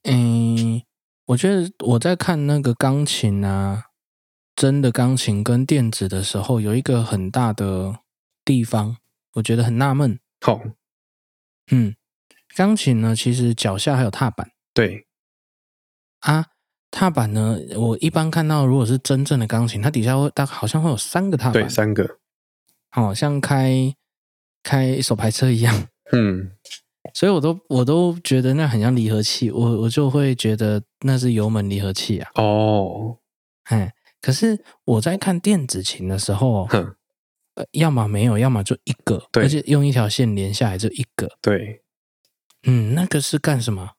嗯，我觉得我在看那个钢琴啊，真的钢琴跟电子的时候，有一个很大的地方，我觉得很纳闷。好，嗯，钢琴呢，其实脚下还有踏板对，啊。踏板呢？我一般看到，如果是真正的钢琴，它底下会大好像会有三个踏板对，，三个。好像开开手排车一样。嗯，所以我都我都觉得那很像离合器，我我就会觉得那是油门离合器啊，哦，哎，可是我在看电子琴的时候，哼，呃要么没有，要么就一个，对而且用一条线连下来就一个，对，嗯，那个是干什么？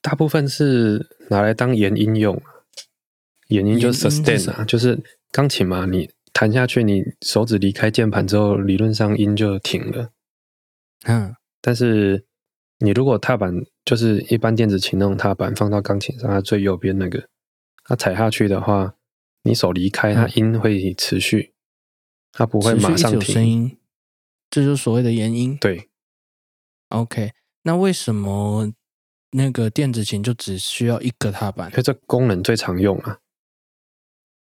大部分是拿来当延音用，延音就延音是 sustain 什啊，就是钢琴嘛，你弹下去，你手指离开键盘之后，理论上音就停了。嗯，但是你如果踏板就是一般电子琴那种踏板放到钢琴上，它最右边那个，它踩下去的话，你手离开，它嗯音会持续，它不会持续马一直上有声停。音，这就是所谓的延音。对， OK，那为什么那个电子琴就只需要一个踏板因？为这功能最常用啊。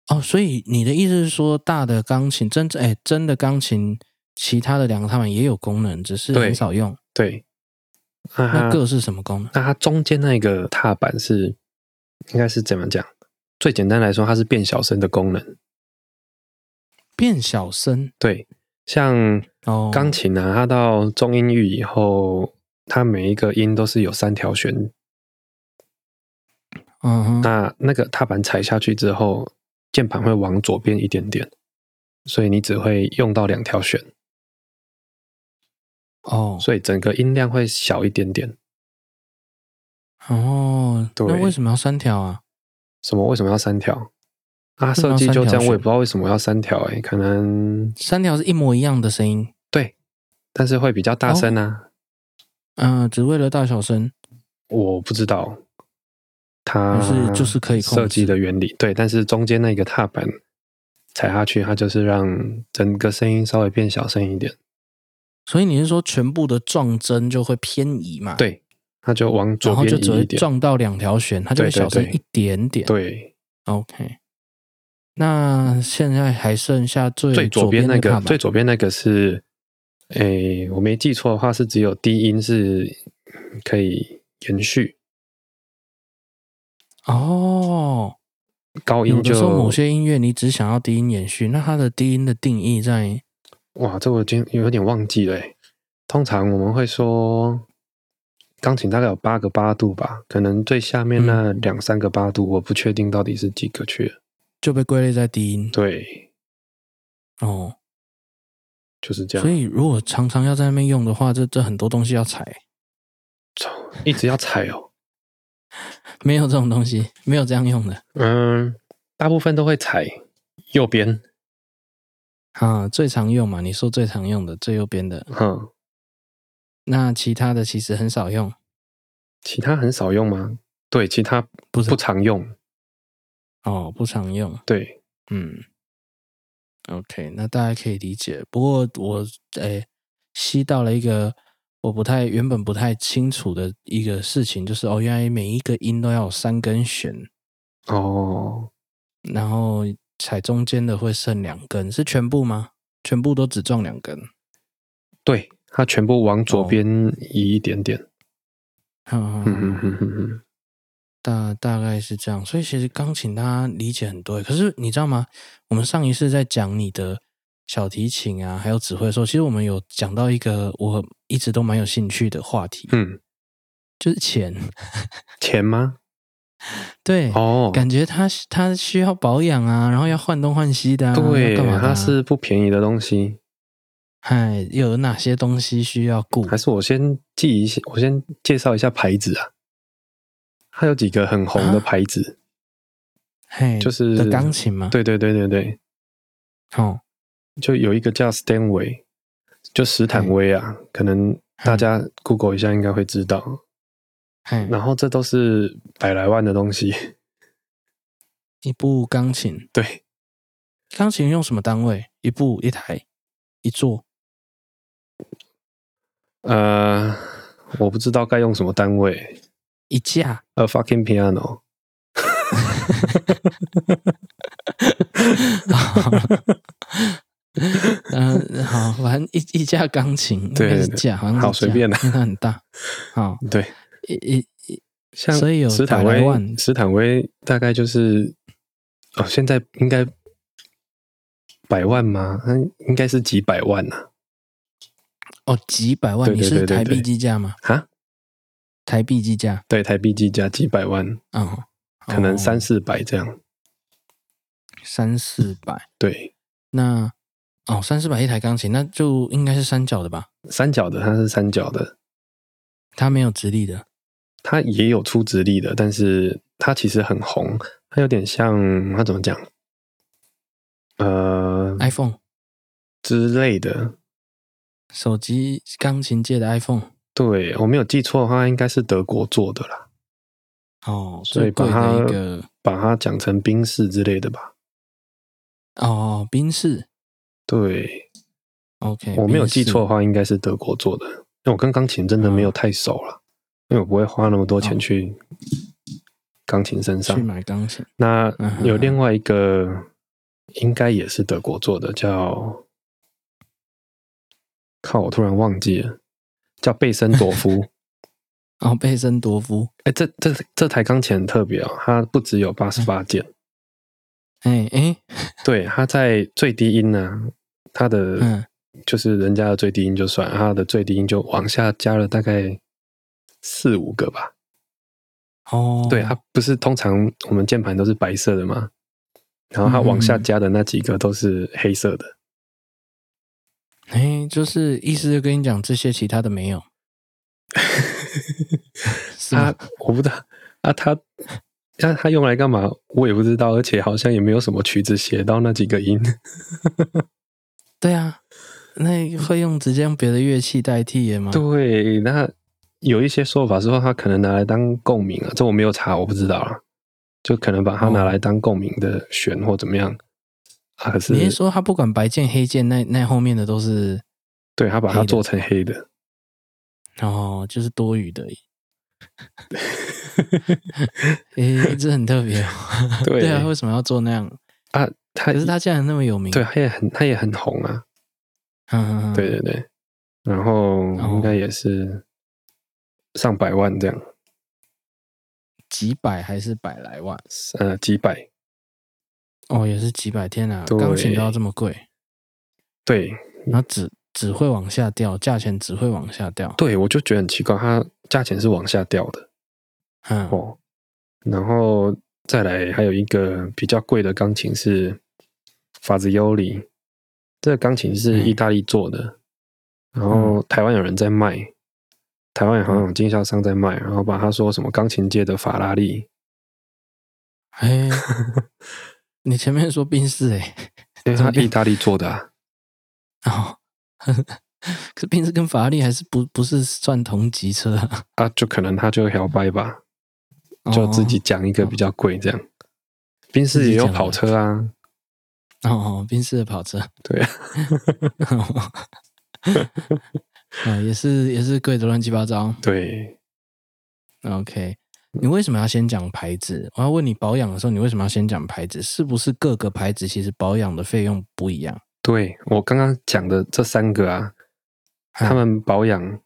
哦，所以你的意思是说，大的钢琴真正哎真的钢琴，其他的两个踏板也有功能，只是对很少用。对，那它那各是什么功能？那它中间那个踏板是应该是怎么讲？最简单来说，它是变小声的功能。变小声对，像哦，钢琴啊，它到中音域以后，它每一个音都是有三条弦。嗯哼，那那个踏板踩下去之后，键盘会往左边一点点，所以你只会用到两条弦，哦所以整个音量会小一点点。哦，对那为什么要三条啊？什么？为什么要三条？啊，什么设要计三就条这样，我也弦不知道为什么要三条哎、可能三条是一模一样的声音，对，但是会比较大哦声啊。嗯、只为了大小声，我不知道，它就是就是可以控制设计的原理对，但是中间那个踏板踩下去，它就是让整个声音稍微变小声一点，所以你是说全部的撞针就会偏移嘛？，对，它就往然左后就边只移会一点，撞到两条弦，它就会对对小声对一点点。对， o k 那现在还剩下最最左边边那的个踏板最左边那个是，诶，我没记错的话是只有低音是可以延续，哦，高有音的就时候某些音乐你只想要低音延续，那它的低音的定义在哇，这我已经有点忘记了欸。通常我们会说，钢琴大概有八个八度吧，可能最下面那两三个八度，我不确定到底是几个去了。就被归类在低音对，哦。就是这所样，以如果常常要在那边用的话，这这很多东西要踩， *laughs* 一直要踩哦。没有这种东西，没有这样用的嗯，大部分都会踩右边，啊。最常用嘛，你说最常用的最右边的，哼，那其他的其实很少用，其他很少用吗？对，其他不是不常用。哦，不常用。对，嗯，OK，那大家可以理解。不过我诶吸到了一个我不太原本不太清楚的一个事情，就是哦，原来每一个音都要有三根弦，哦，然后踩中间的会剩两根，是全部吗？全部都只中两根？对，它全部往左哦边移一点点。嗯嗯嗯嗯嗯嗯，大大概是这样，所以其实钢琴它理解很多。可是你知道吗？我们上一次在讲你的小提琴啊，还有指挥的时候，其实我们有讲到一个我一直都蛮有兴趣的话题，嗯，就是钱。钱吗？对，哦，感觉它它需要保养啊，然后要换东换西的、啊，对，要干嘛、它是不便宜的东西。哎，有哪些东西需要顾？还是我先记一些，我先介绍一下牌子啊。它有几个很红啊的牌子，嘿，就是的钢琴嘛，，对对对对对，哦，就有一个叫 Stanway，就斯坦威啊，可能大家 Google 一下应该会知道。嘿，然后这都是百来万的东西， *laughs* 一部钢琴，对，钢琴用什么单位？一部、一台、一座？呃，我不知道该用什么单位一架， ，a fucking piano，嗯，好，反正一一架钢琴，应对该是对架，好像是好随架便啦因为它很大，好，对，一一一，像所以有斯坦百来威万，斯坦威大概就是哦，现在应该百万吗？嗯，应该是几百万啊呐、哦，几百万，对你对是对对台币对计价吗？啊。啊，台币计价，对，台币计价几百万，哦，可能三哦四百这样。三四百，对，那哦，三四百一台钢琴，那就应该是三角的吧？三角的它是三角的，它没有直立的，它也有出直立的，但是它其实很红，它有点像它怎么讲？呃 iPhone 之类的。手机钢琴界的 iPhone 对我没有记错的话，应该是德国做的啦，哦，所最以把贵它的一个把它讲成宾士之类的吧。哦，宾士对， OK，我没有宾士记错的话，应该是德国做的。因为我跟钢琴真的嗯没有太熟了，因为我不会花那么多钱去钢琴身上哦去。买钢琴那嗯哼有另外一个，应该也是德国做的，叫……靠，我突然忘记了，叫贝森 *laughs* 朵夫。哦，贝森多夫，哎，这这这台钢琴很特别哦，它不只有八十嗯八键，哎哎对，它在最低音呢、它的嗯，就是人家的最低音就算，他的最低音就往下加了大概四五个吧。哦，对，它不是通常我们键盘都是白色的吗？然后它往下加的那几个都是黑色嗯的。哎，就是意思就跟你讲这些其他的没 *laughs* 有，是它吗？我不知道 *laughs* 啊，它那它用来干嘛？我也不知道，而且好像也没有什么曲子写到那几个音。对啊，那会用直接用别的乐器代替的吗？对，那有一些说法是说它可能拿来当共鸣啊，这我没有查，我不知道啊。就可能把哦它拿来当共鸣的弦或怎么样啊？可是你是说他不管白键黑键，那那后面的都是对，他把它黑的做成 *laughs* 黑的。哦，就是多余 *laughs* 的而已。诶，这很特别、哦。对对啊，为什么要做那样？啊，他可是他竟然那么有名。对，他也很他也很红啊，嗯，嗯，对嗯对对，然后哦应该也是上百万这样，几百还是百来万？呃，几百，哦，也是几百天啊，对钢琴都要这么贵，对，然后只只会往下掉，价钱只会往下掉。对我就觉得很奇怪，它价钱是往下掉的嗯，哦。然后再来还有一个比较贵的钢琴是法兹尤里，这个钢琴是嗯意大利做的，然后台湾有人在卖，台湾嗯好像有经销商在卖，然后把他说什么钢琴界的法拉利，哎，你前面说宾士哎，因为他意大利做的啊，哦，可宾士跟法拉利还是不不是算同级车啊？啊就可能他就摇摆吧，就自己讲一个比较贵这样。宾哦自士己也有讲的跑车啊，哦哦，宾士的跑车，对啊，哦，也是也是贵的乱七八糟。对， OK，你为什么要先讲牌子？我要问你保养的时候，你为什么要先讲牌子？是不是各个牌子其实保养的费用不一样？对我刚刚讲的这三个啊，嗯他们保养，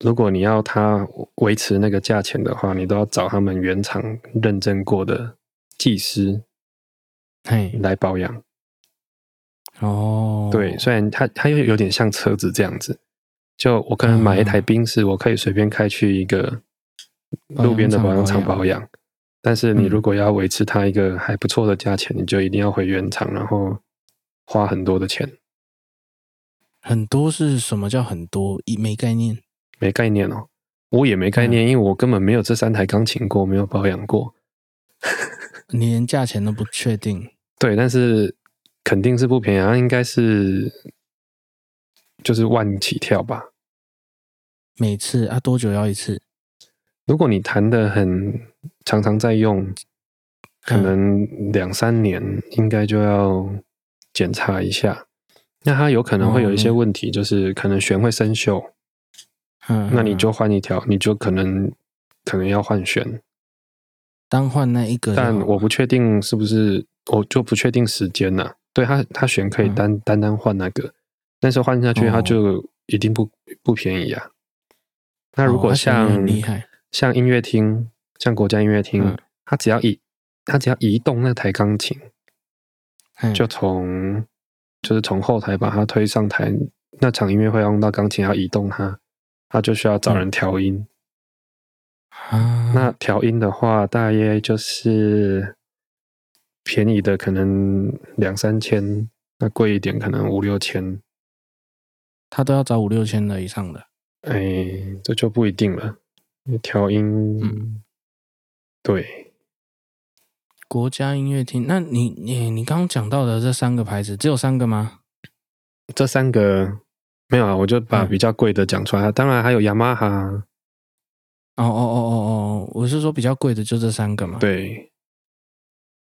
如果你要它维持那个价钱的话，你都要找他们原厂认证过的技师嘿，来保养。哦，嗯对，虽然它它又有点像车子这样子，就我可能买一台嗯宾士，我可以随便开去一个保路养边的厂保养保厂养保养。但是你嗯如果要维持它一个还不错的价钱，你就一定要回原厂，然后花很多的钱。很多是什么叫很多？一没概念。没概念哦，我也没概念，因为我根本没有这三台钢琴过，没有保养过。你连价钱都不确定，对，但是肯定是不便宜啊，应该是就是万起跳吧。每次啊多久要一次？如果你弹的很常常在用，可能两三年应该就要检查一下。那它有可能会有一些哦问题，就是可能弦会生锈，嗯，那你嗯就换一条，你就可能可能要换弦。单换那一个就好，但我不确定是不是，我就不确定时间呐、对他，他选可以嗯单、单单换那个，但是换下去哦他就一定不、不便宜啊。那如哦果他选得像、很厉害，像音乐厅，像国家音乐厅，嗯他只要移，他只要移动那台钢琴，嗯就从就是从后台把它推上台，那场音乐会要用到钢琴，要移动它，他就需要嗯找人调音。啊，那调音的话，大约就是便宜的可能两三千，那贵一点可能五六千，他都要找五六千的以上的，哎，这就不一定了。因为调音，嗯对国家音乐厅，那你你你刚刚讲到的这三个牌子，只有三个吗？这三个没有啊，我就把嗯比较贵的讲出来。当然还有雅马哈，哦哦哦哦哦，我是说比较贵的就这三个嘛。，对，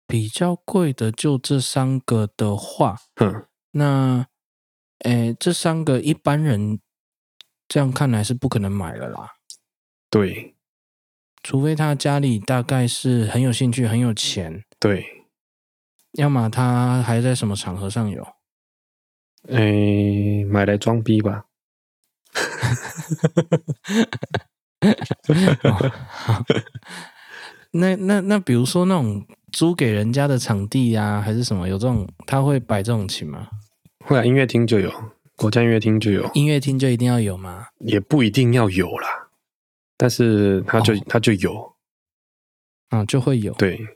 比较贵的就这三个的话，哼，那，诶，这三个一般人这样看来是不可能买了啦，对除非他家里大概是很有兴趣、很有钱，对，要么他还在什么场合上有。哎，买来装逼吧。哦好那那那，比如说那种租给人家的场地呀、还是什么，有这种他会摆这种琴吗？后来音乐厅就有，国家音乐厅就有，音乐厅就一定要有吗？也不一定要有啦，但是它就、哦它就有。啊，就会有。对，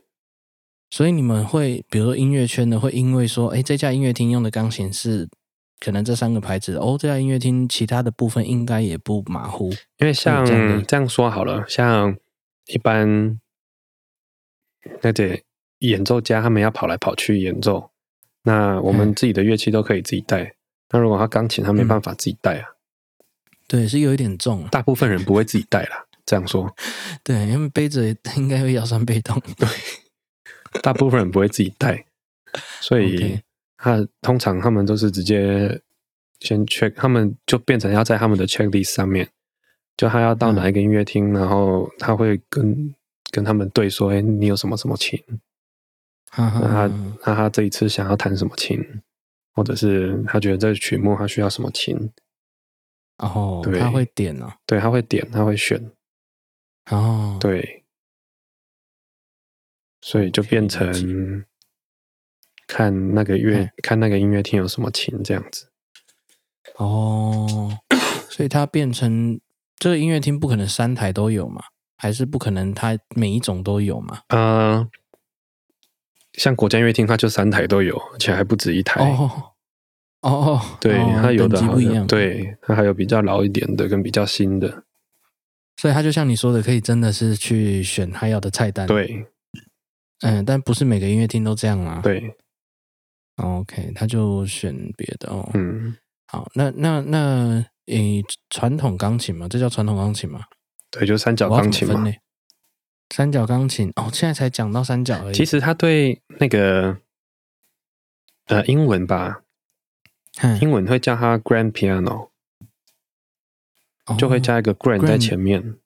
所以你们会，比如说音乐圈的，会因为说，哎，这家音乐厅用的钢琴是可能这三个牌子的，哦，这家音乐厅其他的部分应该也不马虎。因为像嗯这样的这样说好了，像一般那得演奏家他们要跑来跑去演奏，那我们嗯自己的乐器都可以自己带。那如果他钢琴，他没嗯办法自己带啊，对，是有一点重，啊大部分人不会自己带啦。这样说，对，因为背着 *laughs* 应该会腰酸背 *laughs* 痛。大部分人不会自己带，所以 OK 他通常他们都是直接先 check，他们就变成要在他们的 checklist 上面，就他要到嗯哪一个音乐厅，然后他会跟跟他们对说，哎、你有什么什么琴，哈哈那他哈哈那他这一次想要弹什么琴，或者是他觉得这曲目他需要什么琴，哦，对他会点哦，对，他会点，他会选，哦，对，所以就变可以理成看那个乐哎，看那个音乐厅有什么琴这样子。哦，所以它变成这个音乐厅不可能三台都有嘛，还是不可能它每一种都有嘛？呃，像国家音乐厅，它就三台都有，而且还不止一台。哦哦哦， *laughs* 对，哦它有的等级好不一像样，，对，它还有比较老一点的跟比较新的。所以它就像你说的，可以真的是去选他要的菜单。，对嗯，但不是每个音乐厅都这样啊。对，哦，OK，他就选别的哦。嗯，好，那那那，诶，传统钢琴嘛，这叫传统钢琴嘛？对，就三角我要钢怎么琴分嘛。类三角钢琴哦，现在才讲到三角而已。其实它对那个呃英文吧，哼英文会叫它 grand piano，就会哦加一个 grand grand 在前面。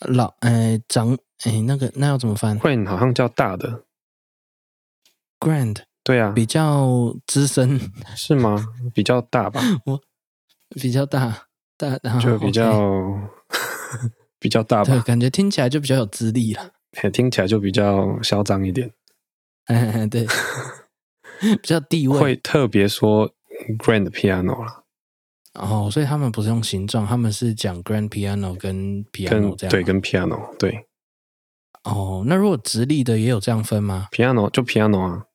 老呃长哎那个那要怎么翻 grand 好像叫大的， ？Grand 对啊，比较资深，是吗？比较大 *laughs* 吧，比较大大，然后就比 OK 较 *laughs* 比较大对，吧，感觉听起来就比较有资历了。嘿听起来就比较嚣张一点。哎， *laughs* 对，比较地位会特别说 grand piano 啦，哦，所以他们不是用形状，他们是讲 grand piano 跟跟 piano 这样。对跟 piano 对哦，那如果直立的也有这样分吗？ piano 就 piano 啊，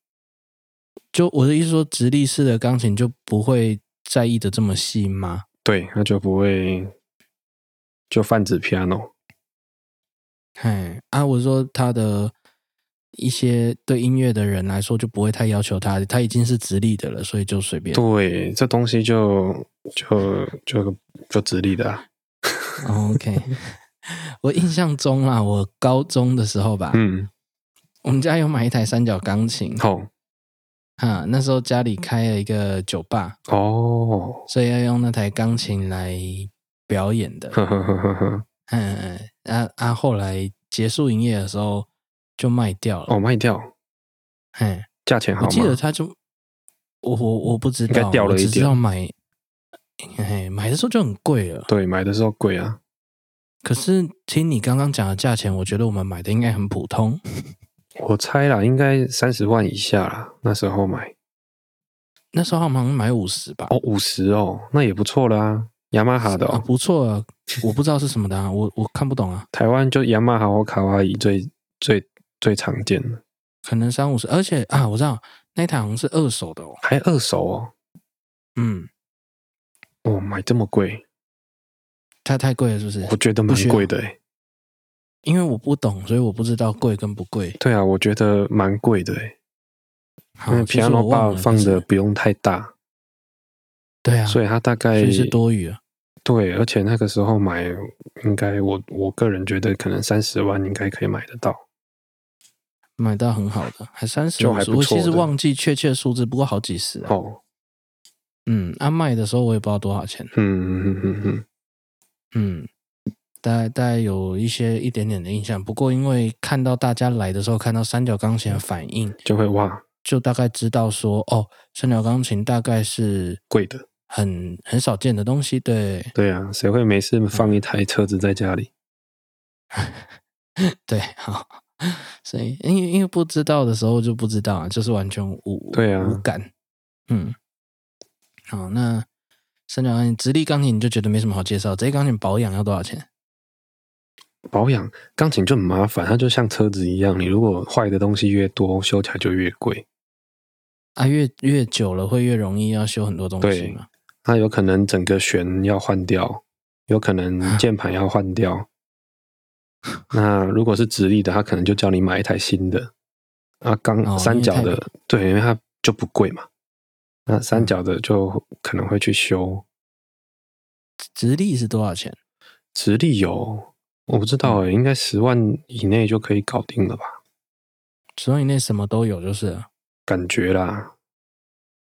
就我的意思说，直立式的钢琴就不会在意的这么细吗？对，那就不会就泛指 piano。嘿，啊，我说他的一些对音乐的人来说就不会太要求他，他已经是直立的了，所以就随便。对，这东西就就就就直立的、啊，哦 *laughs* OK，我印象中啦，我高中的时候吧，嗯，我们家有买一台三角钢琴，好、哈，那时候家里开了一个酒吧，哦， *laughs* 所以要用那台钢琴来表演的。呵呵呵呵呵，嗯嗯，嗯啊啊，后来结束营业的时候就卖掉了。哦，卖掉，嘿，价钱好我吗？记得他就，我我我不知应该道，掉了我一只知点道买，嘿，买的时候就很贵了。对，买的时候贵啊，可是听你刚刚讲的价钱，我觉得我们买的应该很普通。我猜啦，应该三十万以下啦，那时候买，那时候好像买五十吧，哦，五十哦，那也不错啦，雅马哈的啊，哦，不错啊，我不知道是什么的啊，我我看不懂啊，台湾就雅马哈或卡哇伊最最最常见的，可能三五十，而且啊，我知道那一台好像是二手的哦，还二手哦，嗯，哦，买这么贵，它太贵了是不是我？觉得不蛮需要贵的欸诶，因为我不懂，所以我不知道贵跟不贵。对啊，我觉得蛮贵的诶，好因为其实我 piano 忘了 bar 放可是的不用太大。对啊，所所以以它大概是多余啊。对，而且那个时候买，应该我我个人觉得可能三十万应该可以买得到，买到很好的，还三十，就还不我其实错的忘记确切数字，不过好几十啊。哦，嗯，啊，卖的时候我也不知道多少钱。嗯嗯嗯嗯，嗯，大概大概有一些一点点的印象，不过因为看到大家来的时候，看到三角钢琴的反应，就会哇就大概知道说，哦，三角钢琴大概是贵的，很很少见的东西，对对啊，谁会没事放一台车子在家里？对，好，所以因为因为不知道的时候就不知道啊，就是完全无对啊无感，嗯，好，那三角钢琴直立钢琴你就觉得没什么好介绍，直立钢琴保养要多少钱？保养钢琴就很麻烦，它就像车子一样，你如果坏的东西越多，修起来就越贵。啊，越越久了会越容易要修很多东西对嘛，它有可能整个弦要换掉，有 *laughs* 可能键盘要换掉。那如果是直立的，它可能就叫你买一台新的。啊，哦钢三角因为的，对，因为它就不贵嘛。那嗯三角的就可能会去修。直立是多少钱？直立有我不知道嗯欸诶、应该十万以内就可以搞定了吧？所以那什么都有，就是了感觉啦。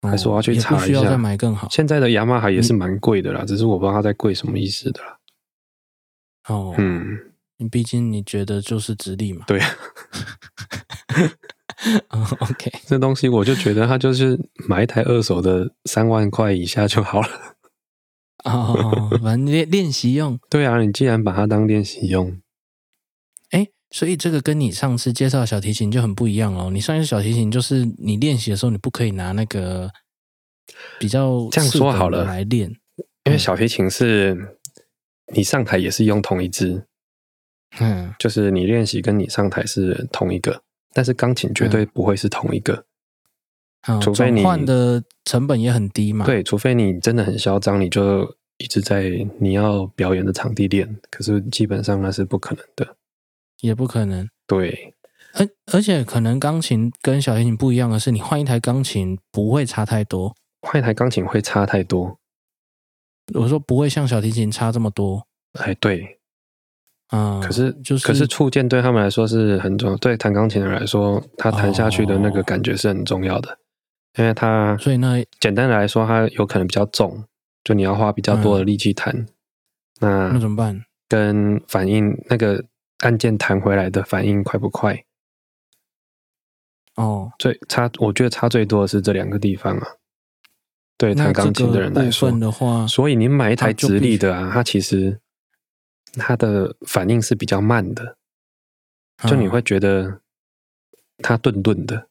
哦还是我要去也查不需一要下再买更嗯好现在的雅马哈也是蛮贵的啦，只是我不知道它在贵什么意思的啦。哦。嗯，你毕竟你觉得就是直立嘛。 *laughs* 对。哦 OK，这东西我就觉得它就是买一台二手的，三万块以下就好了。 *laughs* 哦，反正练练习用。对啊，你既然把它当练习用，哎，所以这个跟你上次介绍的小提琴就很不一样哦。你上一次小提琴就是你练习的时候，你不可以拿那个比较这样次说等好的了来练，因为小提琴是你上台也是用同一支，嗯，就是你练习跟你上台是同一个，但是钢琴绝对不会是同一个。好除非啊转你换的成本也很低嘛。，对，除非你真的很嚣张，你就一直在你要表演的场地练，可是基本上那是不可能的。也不可能。对，而而且可能钢琴跟小提琴不一样的是，你换一台钢琴不会差太多。换一台钢琴会差太多。我说不会像小提琴差这么多哎，对，啊、嗯可是、就是可是触键对他们来说是很重要，对弹钢琴的人来说，他弹下去的那个感觉是很重要的，因为它所以那简单的来说，它有可能比较重，就你要花比较多的力气弹。嗯那那怎么办？跟反应那个按键弹回来的反应快不快，哦，最差，我觉得差最多的是这两个地方啊。对那弹这钢琴的个人来部说分，的话，所以你买一台它就直必立须的啊，它其实它的反应是比较慢的，就你嗯会觉得它顿顿的。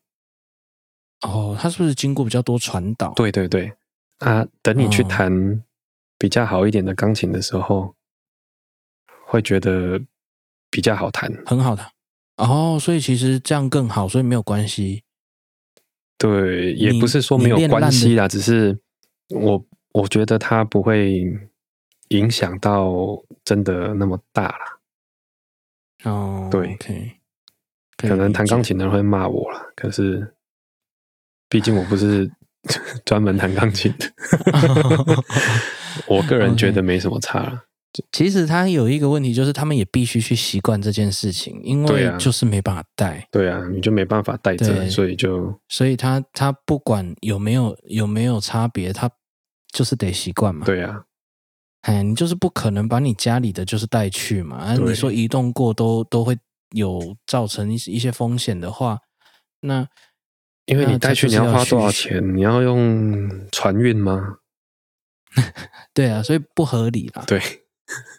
哦，它是不是经过比较多传导？，对对对，啊，等你去嗯弹比较好一点的钢琴的时候，会觉得比较好弹。很好的。哦，所以其实这样更好，所以没有关系。对，也你不是说没有你练烂关系的啦，只是我我觉得它不会影响到真的那么大啦。哦，对，OK，以可能弹理解 *laughs* 钢琴的人会骂我啦，可是毕竟我不是 *laughs* 专门弹钢琴的，我个人觉得没什么差啦。其实他有一个问题，就是他们也必须去习惯这件事情，因对为啊就是没办法带，对啊，你就没办法带对着，所以就所以他他不管有没有有没有差别，他就是得习惯嘛。，对啊，哎，你就是不可能把你家里的就是带去嘛。啊、对你说移动过都都会有造成一些一些风险的话，那因为那你带他去就你是花去多少钱？你要用船运吗？对啊，所以不合理啦。对，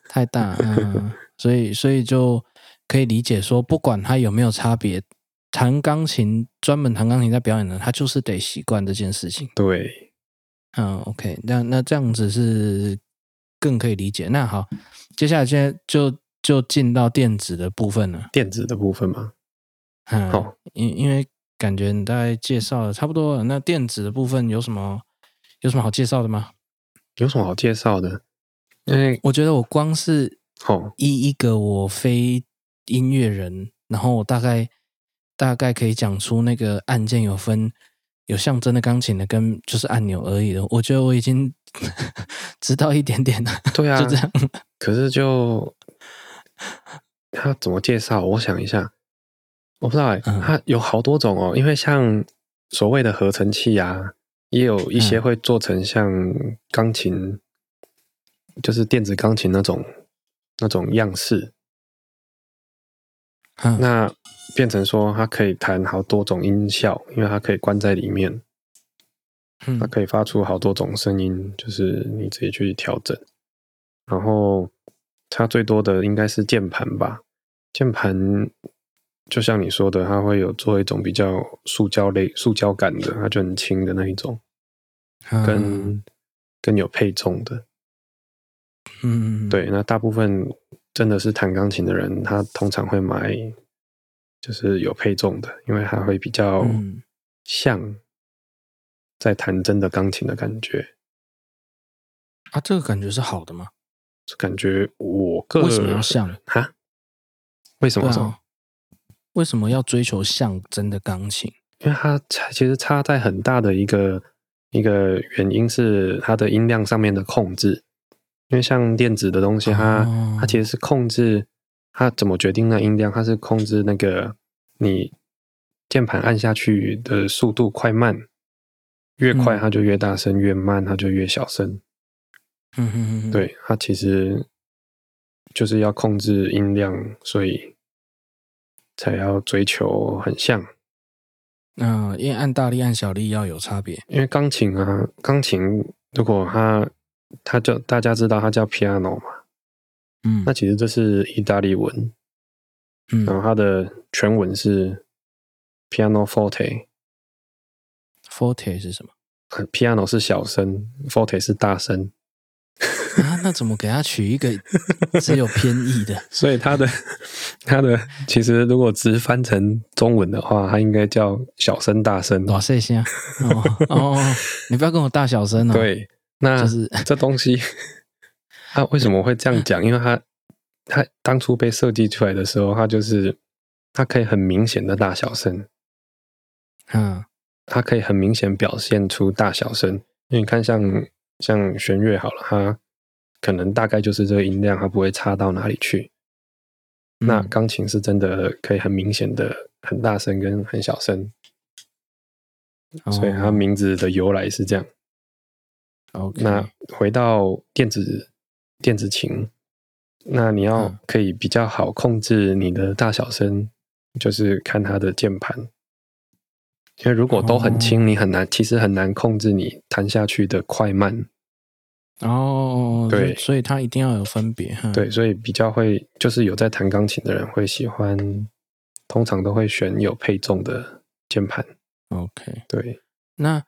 太大，嗯，所以所以就可以理解说，不管他有没有差别，弹钢琴专门弹钢琴在表演的，他就是得习惯这件事情。对，嗯，OK，那那这样子是更可以理解。那好，接下来现在就就进到电子的部分了。电子的部分嘛，嗯，好，因因为感觉你大概介绍的差不多了，那电子的部分有什么有什么好介绍的吗？有什么好介绍的？因为我觉得我光是哦，以一个我非音乐人，然后我大概大概可以讲出那个按键有分有象征的钢琴的跟就是按钮而已的，我觉得我已经 *laughs* 知道一点点了，对啊就，这样。 *laughs* 可是就他怎么介绍？我想一下，我不知道哎、嗯它有好多种哦。因为像所谓的合成器啊，也有一些嗯会做成像钢琴，就是电子钢琴那种那种样式，嗯那变成说它可以弹好多种音效，因为它可以关在里面，嗯它可以发出好多种声音，就是你自己去调整。然后它最多的应该是键盘吧，键盘就像你说的，它会有做一种比较塑胶类、塑胶感的，它就很轻的那一种，嗯跟、跟有配重的。嗯嗯对，那大部分真的是弹钢琴的人，他通常会买就是有配重的，因为它会比较嗯像在弹真的钢琴的感觉。啊，这个感觉是好的吗？感觉我个人为什么要像？哈？为什对么？啊，为什么要追求像真的钢琴？因为它差其实差在很大的一个一个原因是它的音量上面的控制。因为像电子的东西，它、哦它其实是控制它怎么决定那音量，它是控制那个你键盘按下去的速度快慢，越快嗯它就越大声，越慢它就越小声。嗯嗯嗯，嗯，对，它其实就是要控制音量，所以才要追求很像。嗯、因为按大力按小力要有差别。因为钢琴啊，钢琴如果它它叫大家知道它叫 piano 嘛，嗯那其实这是意大利文，嗯然后它的全文是 piano forte， ，forte 是什么呃 piano 是小声，forte 是大声，啊？那怎么给他取一个只有偏义 *laughs* 的？所以它的它的其实如果直翻成中文的话，它应该叫小声大声。哇塞，先哦哦，哦你不要跟我大小声哦。，对，那、就是这东西它为什么会这样讲？因为它它当初被设计出来的时候，它就是它可以很明显的大小声，嗯它可以很明显表现出大小声。因为你看像，像弦乐好了，它可能大概就是这个音量，它不会差到哪里去。那嗯钢琴是真的可以很明显的很大声跟很小声，所以它名字的由来是这样。哦 OK，那回到电子电子琴，那你要嗯可以比较好控制你的大小声，就是看它的键盘。因为如果都很哦轻，你很难，其实很难控制你弹下去的快慢。哦对所以它一定要有分别。哼对，所以比较会，就是有在弹钢琴的人会喜欢，通常都会选有配重的键盘。 ，OK，对，那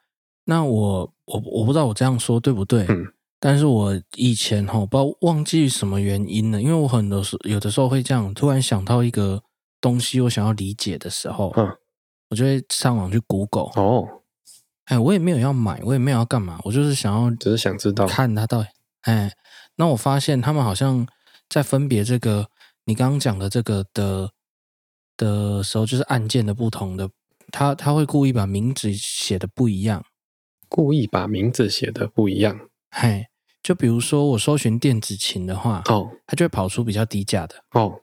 那我我我不知道我这样说对不对，嗯但是我以前哈，不知道忘记什么原因了，因为我很多时有的时候会这样，突然想到一个东西我想要理解的时候，嗯我就会上网去 Google，哦，哎，我也没有要买，我也没有要干嘛，我就是想要只是想知道，看它到底，哎，那我发现他们好像在分别这个你刚刚讲的这个的的时候，就是按键的不同的，他他会故意把名字写的不一样。故意把名字写的不一样。嘿，就比如说我搜寻电子琴的话，哦它就会跑出比较低价的。哦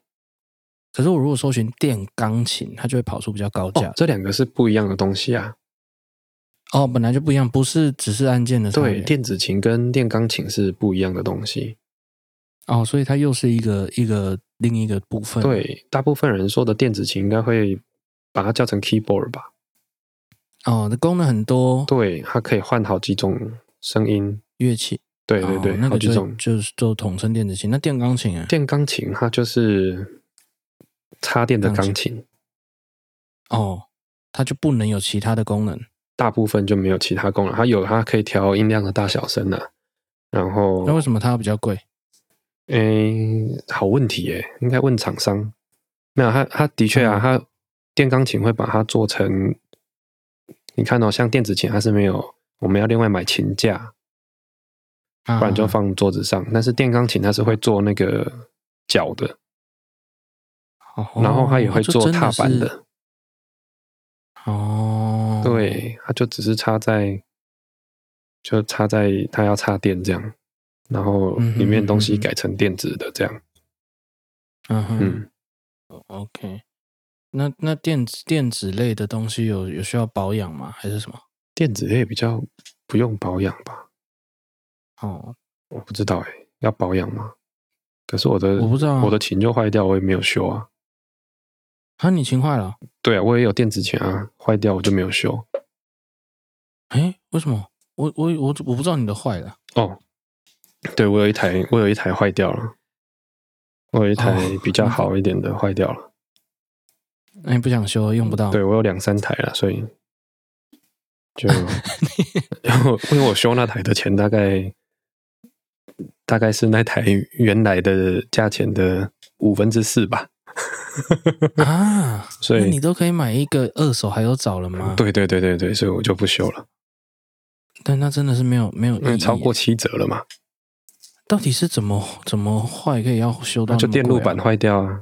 可是我如果搜寻电钢琴，它就会跑出比较高价哦，的。这两个是不一样的东西啊。哦本来就不一样，不是只是按键的差对，别。电子琴跟电钢琴是不一样的东西。哦，所以它又是一个一个另一个部分。，对，大部分人说的电子琴应该会把它叫成 keyboard 吧？哦，那功能很多，对，它可以换好几种声音。乐器。对对对，哦、那好个几就种。就是就统称电子琴。那电钢琴啊，电钢琴它就是插电的钢钢琴，琴哦，它就不能有其他的功能。大部分就没有其他功能。它有它可以调音量的大小声啊。然后那，为什么它比较贵？诶，好问题诶，应该问厂商。没有，它它的确啊，嗯它电钢琴会把它做成，你看哦，像电子琴它是没有，我们要另外买琴架，啊不然就放桌子上。但是电钢琴它是会做那个脚的，哦然后它也会做踏板。就真是的，哦，，对，它就只是插在，就插在它要插电这样，然后嗯哼里面东西嗯哼改成电子的这样，嗯哼。嗯。 OK，那那电子电子类的东西有有需要保养吗？还是什么？电子类比较不用保养吧？哦，我不知道哎、要保养吗？可是我的我不知道啊。呃我的琴就坏掉，我也没有修啊。啊，你琴坏了？对啊，我也有电子琴啊，坏掉我就没有修。诶，为什么？我我我我不知道你的坏了。哦，对我有一台，我有一台坏掉了，我有一台哦比较好一点的坏掉了。那你不想修，用不到。对我有两三台了，所以 *laughs* 就然后因为我修那台的钱大概大概是那台原来的价钱的五分之四吧。啊，所以那你都可以买一个二手还有找了吗？，对对对对对，所以我就不修了，但那真的是没有没有因为意义。超过七折了嘛。到底是怎么怎么坏可以要修到那就那么电路贵啊板坏掉啊，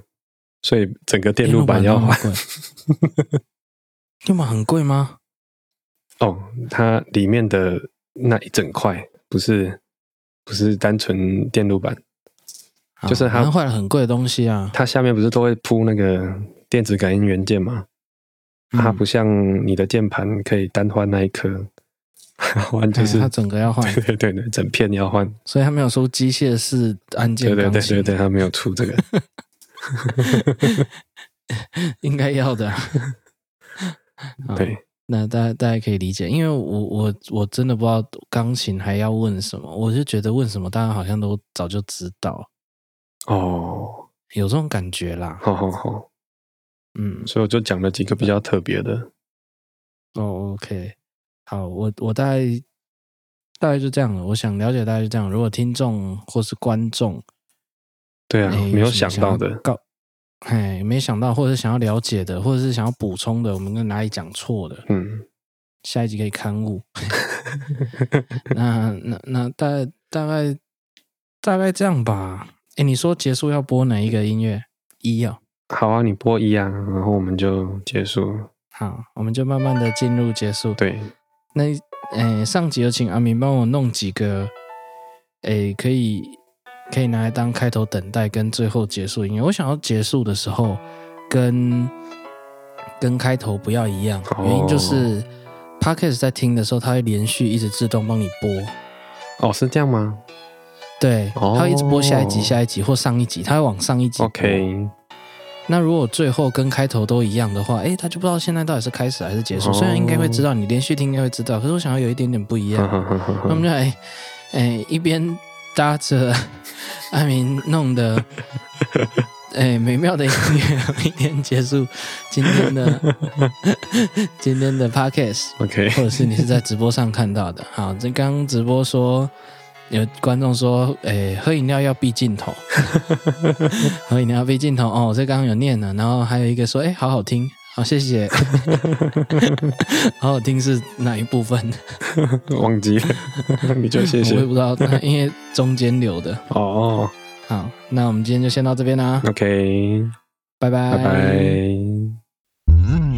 所以整个电电路路板要那么换。贵？电路板很贵吗？哦，它里面的那一整块不是不是单纯电路板，啊就是它反正坏了很贵的东西啊。它下面不是都会铺那个电子感应元件吗？它嗯不像你的键盘可以单换那一颗， *laughs* 换就是，*laughs* 哎它整个要换 *laughs* 对对对，整片要换。所以他没有说机械式按键对对钢对琴，对 *laughs* 对，它没有 *laughs* 出这个。应该要的啊。 *laughs* 好对，那大家大家可以理解，因为我我我真的不知道钢琴还要问什么，我就觉得问什么大家好像都早就知道，哦，有这种感觉啦。好好好，嗯，所以我就讲了几个比较特别的。哦，OK，好，我我大概大概就这样了。我想了解大概就这样。如果听众或是观众对啊，诶没有哎什么想到要的，告，哎，没想到，或者是想要了解的，或者是想要补充的，我们跟哪里讲错的，嗯，下一集可以刊物。 *laughs* 那那那大大概大概这样吧。哎，你说结束要播哪一个音乐？一哦，好啊，你播一啊，然后我们就结束。好，我们就慢慢的进入结束。对，那诶，上集有请阿明帮我弄几个，诶，可以可以拿来当开头等待跟最后结束音乐。我想要结束的时候跟跟开头不要一样，哦原因就是 podcast 在听的时候，它会连续一直自动帮你播，哦，是这样吗对，哦它会一直播下一集、下一集或上一集，它会往上一集播。 ？OK，那如果最后跟开头都一样的话，诶，他就不知道现在到底是开始还是结束。哦虽然应该会知道，你连续听应该会知道，可是我想要有一点点不一样哈。哈哈哈那我们哈就来，哎、一边搭着 *laughs* 艾明弄的，哎、美妙的音乐，一边结束今天的今天的 podcast， *laughs* ，OK，或者是你是在直播上看到的。好，这刚刚直播说。有观众说：“哎，喝饮料要避镜头，喝饮料要避镜头哦。”这刚刚有念了，然后还有一个说：“哎，好好听，好、谢谢，好好听是哪一部分？”忘记了， *laughs* 你就谢 *laughs* 谢我也。不知道，那因为中间流的。哦好，那我们今天就先到这边啦， ，OK，拜拜，拜拜。